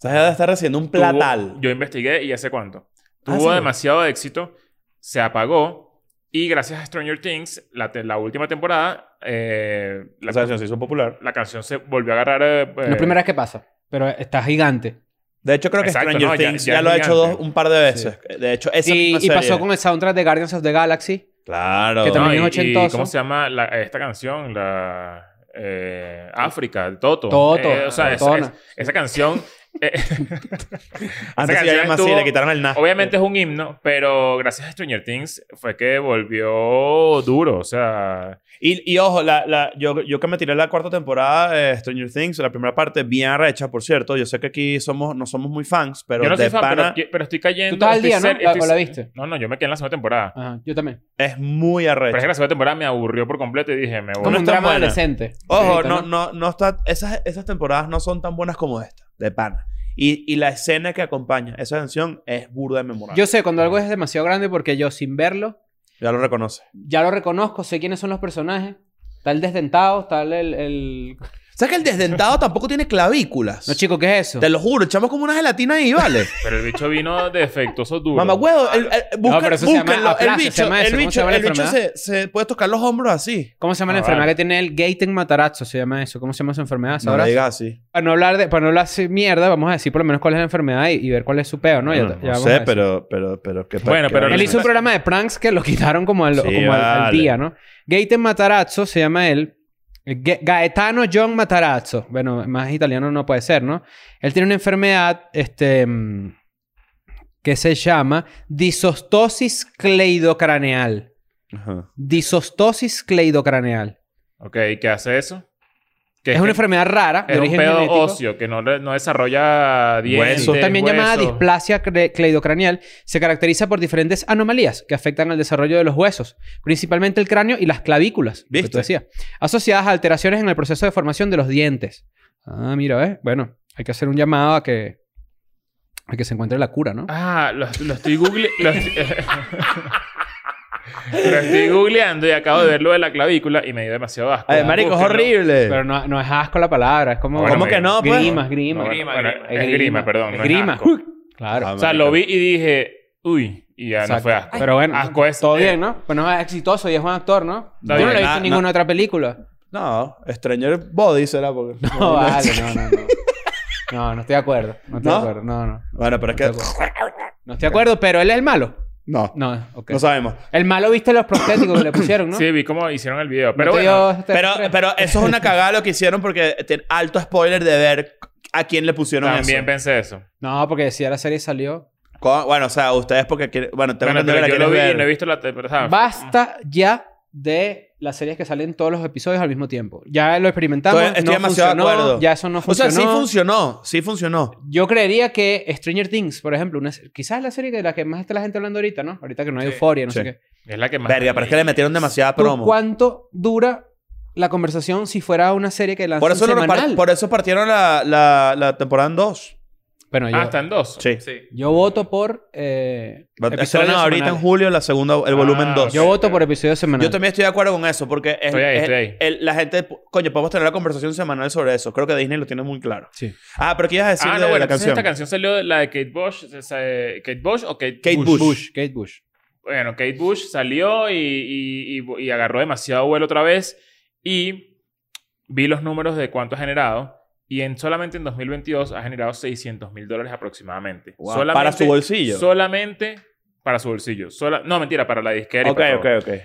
[SPEAKER 3] Esa jeva está recibiendo un
[SPEAKER 2] Tuvo-
[SPEAKER 3] platal.
[SPEAKER 2] yo investigué y hace cuánto.
[SPEAKER 3] Ah,
[SPEAKER 2] Tuvo
[SPEAKER 3] sí.
[SPEAKER 2] demasiado éxito, se apagó y gracias a Stranger Things, la, te- la última temporada, eh, la,
[SPEAKER 3] Esa canción se hizo popular.
[SPEAKER 2] la canción se volvió a agarrar... eh,
[SPEAKER 4] No es
[SPEAKER 3] pues.
[SPEAKER 2] eh,
[SPEAKER 4] la primera vez que pasa, pero está gigante.
[SPEAKER 3] De hecho, creo que
[SPEAKER 2] Exacto,
[SPEAKER 3] Stranger
[SPEAKER 2] no, ya-
[SPEAKER 3] Things ya,
[SPEAKER 2] ya es
[SPEAKER 3] lo ha hecho
[SPEAKER 2] gigante.
[SPEAKER 3] dos, un par de veces. De hecho, esa
[SPEAKER 4] Y,
[SPEAKER 3] misma
[SPEAKER 4] y pasó
[SPEAKER 3] serie.
[SPEAKER 4] con el soundtrack de Guardians of the Galaxy.
[SPEAKER 3] Claro.
[SPEAKER 4] que también
[SPEAKER 2] no,
[SPEAKER 4] es
[SPEAKER 2] y- y
[SPEAKER 4] ochentoso.
[SPEAKER 2] ¿Cómo se llama la- esta canción? La... eh, África, Toto.
[SPEAKER 4] Toto,
[SPEAKER 2] Eh, o sea, esa,
[SPEAKER 4] Totona.
[SPEAKER 2] es- esa canción... eh,
[SPEAKER 3] Antes
[SPEAKER 2] esa
[SPEAKER 3] se llama
[SPEAKER 2] canción
[SPEAKER 3] así,
[SPEAKER 2] estuvo-
[SPEAKER 3] le quitaron el NAS.
[SPEAKER 2] Obviamente es un himno, pero gracias a Stranger Things fue que volvió duro. O sea,
[SPEAKER 3] Y, y ojo, la, la, yo, yo que me tiré la cuarta temporada de Stranger Things, la primera parte, bien arrecha, por cierto. Yo sé que aquí somos, no somos muy fans, pero
[SPEAKER 2] yo no soy
[SPEAKER 3] de
[SPEAKER 2] fan,
[SPEAKER 3] pana
[SPEAKER 2] pero, pero estoy cayendo.
[SPEAKER 4] Tú estás al
[SPEAKER 2] estoy
[SPEAKER 4] día, ¿no?
[SPEAKER 2] cer-
[SPEAKER 4] ¿La-
[SPEAKER 2] estoy
[SPEAKER 4] o la
[SPEAKER 2] cer-
[SPEAKER 4] viste?
[SPEAKER 2] No, no, yo me quedé en la segunda temporada.
[SPEAKER 3] Ah,
[SPEAKER 4] Ajá, yo también.
[SPEAKER 3] es muy arrecha.
[SPEAKER 2] Pero es que la segunda temporada me aburrió por completo y dije, me
[SPEAKER 3] ¿Cómo
[SPEAKER 4] Como
[SPEAKER 2] voy.
[SPEAKER 4] un
[SPEAKER 3] está
[SPEAKER 4] drama
[SPEAKER 3] buena?
[SPEAKER 4] adolescente.
[SPEAKER 3] Ojo,
[SPEAKER 4] Ahorita,
[SPEAKER 3] no, no, no está, esas, esas temporadas no son tan buenas como esta, de pana. Y, y la escena que acompaña esa canción es burda de memorable.
[SPEAKER 4] Yo sé cuando algo es demasiado grande porque yo sin verlo
[SPEAKER 3] ya lo reconoce.
[SPEAKER 4] ya lo reconozco, sé quiénes son los personajes. Está el desdentado, está el... el- el-
[SPEAKER 3] ¿Sabes que el desdentado tampoco tiene clavículas?
[SPEAKER 4] No, chico, ¿qué es eso?
[SPEAKER 3] Te lo juro, echamos como una gelatina ahí, ¿vale?
[SPEAKER 2] Pero el bicho vino defectuoso duro.
[SPEAKER 3] Mamá huevo, el, el- busca-
[SPEAKER 4] pero eso se llama
[SPEAKER 3] búsquenlo, el
[SPEAKER 4] aplasia, se
[SPEAKER 3] bicho,
[SPEAKER 4] llama eso.
[SPEAKER 3] el
[SPEAKER 4] ¿Cómo se
[SPEAKER 3] bicho,
[SPEAKER 4] llama la
[SPEAKER 3] el bicho se,
[SPEAKER 4] enfermedad?
[SPEAKER 3] se puede tocar los hombros así.
[SPEAKER 4] ¿Cómo se llama
[SPEAKER 2] Ah,
[SPEAKER 4] la enfermedad
[SPEAKER 2] vale.
[SPEAKER 4] que tiene el Gaten Matarazzo? Se llama eso. ¿Cómo se llama esa enfermedad?
[SPEAKER 3] No
[SPEAKER 4] ¿Sabrás?
[SPEAKER 3] diga así.
[SPEAKER 4] para, no hablar de, para no hablar así mierda, vamos a decir por lo menos cuál es la enfermedad y, y ver cuál es su peo, ¿no? Ya-
[SPEAKER 3] Bueno,
[SPEAKER 4] ya vamos a
[SPEAKER 3] sé,
[SPEAKER 4] decir.
[SPEAKER 3] pero, pero, pero qué
[SPEAKER 2] Bueno,
[SPEAKER 3] qué
[SPEAKER 2] pero-
[SPEAKER 4] Él
[SPEAKER 3] horrible.
[SPEAKER 4] hizo un programa de pranks que lo quitaron como al,
[SPEAKER 3] Sí,
[SPEAKER 4] como al- al
[SPEAKER 3] vale.
[SPEAKER 4] día, ¿no? Gaten Matarazzo se llama él. Ga- Gaetano John Matarazzo. Bueno, más italiano no puede ser, ¿no? Él tiene una enfermedad este, mm, que se llama disostosis cleidocraneal.
[SPEAKER 3] Ajá.
[SPEAKER 4] Disostosis cleidocraneal.
[SPEAKER 2] Ok, ¿qué hace eso? Que
[SPEAKER 4] Es, una
[SPEAKER 2] que
[SPEAKER 4] enfermedad rara. de
[SPEAKER 2] Es un
[SPEAKER 4] origen
[SPEAKER 2] pedo
[SPEAKER 4] genético.
[SPEAKER 2] óseo que no, re- no desarrolla dientes.
[SPEAKER 3] Huesos.
[SPEAKER 4] También llamada
[SPEAKER 2] huesos.
[SPEAKER 4] displasia cre- cleidocraneal, se caracteriza por diferentes anomalías que afectan al desarrollo de los huesos, principalmente el cráneo y las clavículas, lo que
[SPEAKER 3] ¿Viste?
[SPEAKER 4] tú decías, asociadas a alteraciones en el proceso de formación de los dientes. Ah, mira, ¿ves? Bueno, hay que hacer un llamado a que, a que se encuentre la cura, ¿no?
[SPEAKER 2] Ah, lo, lo estoy google... lo, estoy... lo estoy googleando y acabo de ver lo de la clavícula y me dio demasiado asco.
[SPEAKER 3] Ay, marico, es
[SPEAKER 2] Búsquenlo.
[SPEAKER 3] horrible.
[SPEAKER 4] Pero no, no es asco la palabra, es como...
[SPEAKER 2] Bueno,
[SPEAKER 3] ¿Cómo que no, pues?
[SPEAKER 4] Grimas, grimas.
[SPEAKER 2] No,
[SPEAKER 5] Grima,
[SPEAKER 2] bueno,
[SPEAKER 5] grima.
[SPEAKER 2] Es grima, perdón.
[SPEAKER 4] Es
[SPEAKER 2] no
[SPEAKER 4] grima.
[SPEAKER 2] asco.
[SPEAKER 4] Claro.
[SPEAKER 3] Ah,
[SPEAKER 2] O sea, lo vi y dije, uy, y ya Ah, no
[SPEAKER 4] Exacto.
[SPEAKER 2] fue asco.
[SPEAKER 4] Pero bueno,
[SPEAKER 2] asco es.
[SPEAKER 4] todo
[SPEAKER 2] eh,
[SPEAKER 4] bien, ¿no? Bueno, es exitoso y es buen actor, ¿no?
[SPEAKER 2] Está
[SPEAKER 4] Yo no
[SPEAKER 2] bien.
[SPEAKER 4] lo he visto
[SPEAKER 3] Na-
[SPEAKER 4] en ninguna
[SPEAKER 3] na-
[SPEAKER 4] otra película.
[SPEAKER 3] No, Stranger Body será porque...
[SPEAKER 4] No, vale, no, no, no. No, no estoy de acuerdo. No estoy
[SPEAKER 3] ¿No?
[SPEAKER 4] de acuerdo. No, no.
[SPEAKER 3] Bueno, pero es que...
[SPEAKER 4] No estoy de acuerdo, pero él es el malo.
[SPEAKER 3] No,
[SPEAKER 4] No, ok.
[SPEAKER 3] no sabemos.
[SPEAKER 4] el malo viste los prostéticos que le pusieron, ¿no?
[SPEAKER 2] Sí, vi cómo hicieron el video.
[SPEAKER 4] ¿No
[SPEAKER 2] Pero
[SPEAKER 4] te
[SPEAKER 2] bueno,
[SPEAKER 4] dio este
[SPEAKER 3] Pero,
[SPEAKER 4] estrés?
[SPEAKER 3] pero eso es una cagada lo que hicieron porque tiene alto spoiler de ver a quién le pusieron
[SPEAKER 2] también
[SPEAKER 3] eso.
[SPEAKER 2] pensé eso.
[SPEAKER 4] No, porque decía la serie salió.
[SPEAKER 3] Co- Bueno, o sea, ustedes porque... quieren- Bueno, tengo
[SPEAKER 2] Bueno,
[SPEAKER 3] que entender
[SPEAKER 2] pero
[SPEAKER 3] que
[SPEAKER 2] yo
[SPEAKER 3] la
[SPEAKER 2] lo vi
[SPEAKER 3] quieren
[SPEAKER 2] y no he
[SPEAKER 3] ver.
[SPEAKER 2] visto la... te- pero, ¿sabes?
[SPEAKER 4] Basta ya de las series que salen todos los episodios al mismo tiempo. Ya lo experimentamos.
[SPEAKER 3] Estoy- estoy
[SPEAKER 4] no
[SPEAKER 3] demasiado de
[SPEAKER 4] funcionó,
[SPEAKER 3] acuerdo.
[SPEAKER 4] Ya eso no
[SPEAKER 3] O sea,
[SPEAKER 4] funcionó.
[SPEAKER 3] sí funcionó. Sí funcionó.
[SPEAKER 4] Yo creería que Stranger Things, por ejemplo, una, se- quizás es la serie de la que más está la gente hablando ahorita, ¿no? Ahorita que no hay
[SPEAKER 2] Sí.
[SPEAKER 4] euforia, no
[SPEAKER 3] Sí.
[SPEAKER 4] sé qué.
[SPEAKER 2] Es la que más.
[SPEAKER 3] Verga, pero es que le metieron demasiada
[SPEAKER 4] ¿Tú
[SPEAKER 3] promo.
[SPEAKER 4] ¿Cuánto dura la conversación si fuera una serie que lanzan
[SPEAKER 3] Por eso, lo repar-
[SPEAKER 4] semanal?
[SPEAKER 3] por eso partieron la, la, la temporada en dos.
[SPEAKER 4] Bueno, yo,
[SPEAKER 2] Ah, están dos.
[SPEAKER 3] Sí.
[SPEAKER 5] Sí.
[SPEAKER 4] yo voto por eh,
[SPEAKER 3] Va-
[SPEAKER 4] episodios
[SPEAKER 3] Estrenan ahorita en
[SPEAKER 4] semanales.
[SPEAKER 3] julio la segunda, el volumen
[SPEAKER 2] Ah,
[SPEAKER 3] 2.
[SPEAKER 4] Yo voto por episodios semanales.
[SPEAKER 3] Yo también estoy de acuerdo con eso, porque es-
[SPEAKER 2] Estoy ahí,
[SPEAKER 3] es-
[SPEAKER 2] estoy ahí.
[SPEAKER 3] el- la gente, coño, podemos tener la conversación semanal sobre eso. Creo que Disney lo tiene muy claro.
[SPEAKER 4] Sí.
[SPEAKER 3] Ah, pero ¿qué ibas a decir
[SPEAKER 2] Ah,
[SPEAKER 3] de
[SPEAKER 2] no, bueno,
[SPEAKER 3] la
[SPEAKER 2] entonces
[SPEAKER 3] canción?
[SPEAKER 2] esta canción salió de la de Kate Bush. se- se- ¿Kate Bush o Kate,
[SPEAKER 3] Kate
[SPEAKER 2] Bush?
[SPEAKER 3] Bush.
[SPEAKER 4] Bush, Kate Bush.
[SPEAKER 2] Bueno, Kate Bush salió y, y- y- y agarró demasiado vuelo otra vez. Y vi los números de cuánto ha generado. Y en, solamente en 2022 ha generado 600 mil dólares aproximadamente.
[SPEAKER 3] Wow,
[SPEAKER 2] Solamente-
[SPEAKER 3] para su bolsillo.
[SPEAKER 2] Solamente para su bolsillo. Sola- no, mentira, para la disquera. y
[SPEAKER 3] ok,
[SPEAKER 2] para todo.
[SPEAKER 3] ok, ok.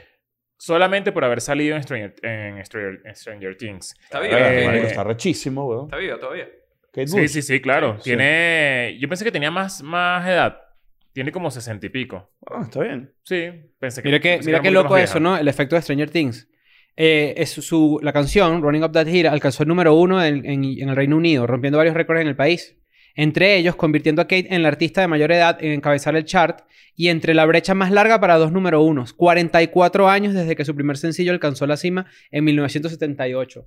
[SPEAKER 2] Solamente por haber salido en Stranger, en Stranger, en Stranger Things.
[SPEAKER 5] Está viva.
[SPEAKER 2] Eh,
[SPEAKER 3] Marico, está rechísimo, weón.
[SPEAKER 5] Está viva todavía.
[SPEAKER 3] Kate
[SPEAKER 2] Sí,
[SPEAKER 3] Bush.
[SPEAKER 2] sí, sí, claro.
[SPEAKER 3] Sí.
[SPEAKER 2] Tiene. Yo pensé que tenía más, más edad. Tiene como 60 y pico.
[SPEAKER 3] Ah, está bien.
[SPEAKER 2] Sí, pensé que.
[SPEAKER 4] Mira que,
[SPEAKER 2] pensé
[SPEAKER 4] mira
[SPEAKER 2] que
[SPEAKER 4] qué
[SPEAKER 2] era un poquito
[SPEAKER 4] loco
[SPEAKER 2] más
[SPEAKER 4] eso,
[SPEAKER 2] vieja.
[SPEAKER 4] ¿no? El efecto de Stranger Things. Eh, es su, la canción Running Up That Hill alcanzó el número uno en, en- en el Reino Unido, rompiendo varios récords en el país. Entre ellos, convirtiendo a Kate en la artista de mayor edad en encabezar el chart y entre la brecha más larga para dos número unos. 44 años desde que su primer sencillo alcanzó la cima en 1978.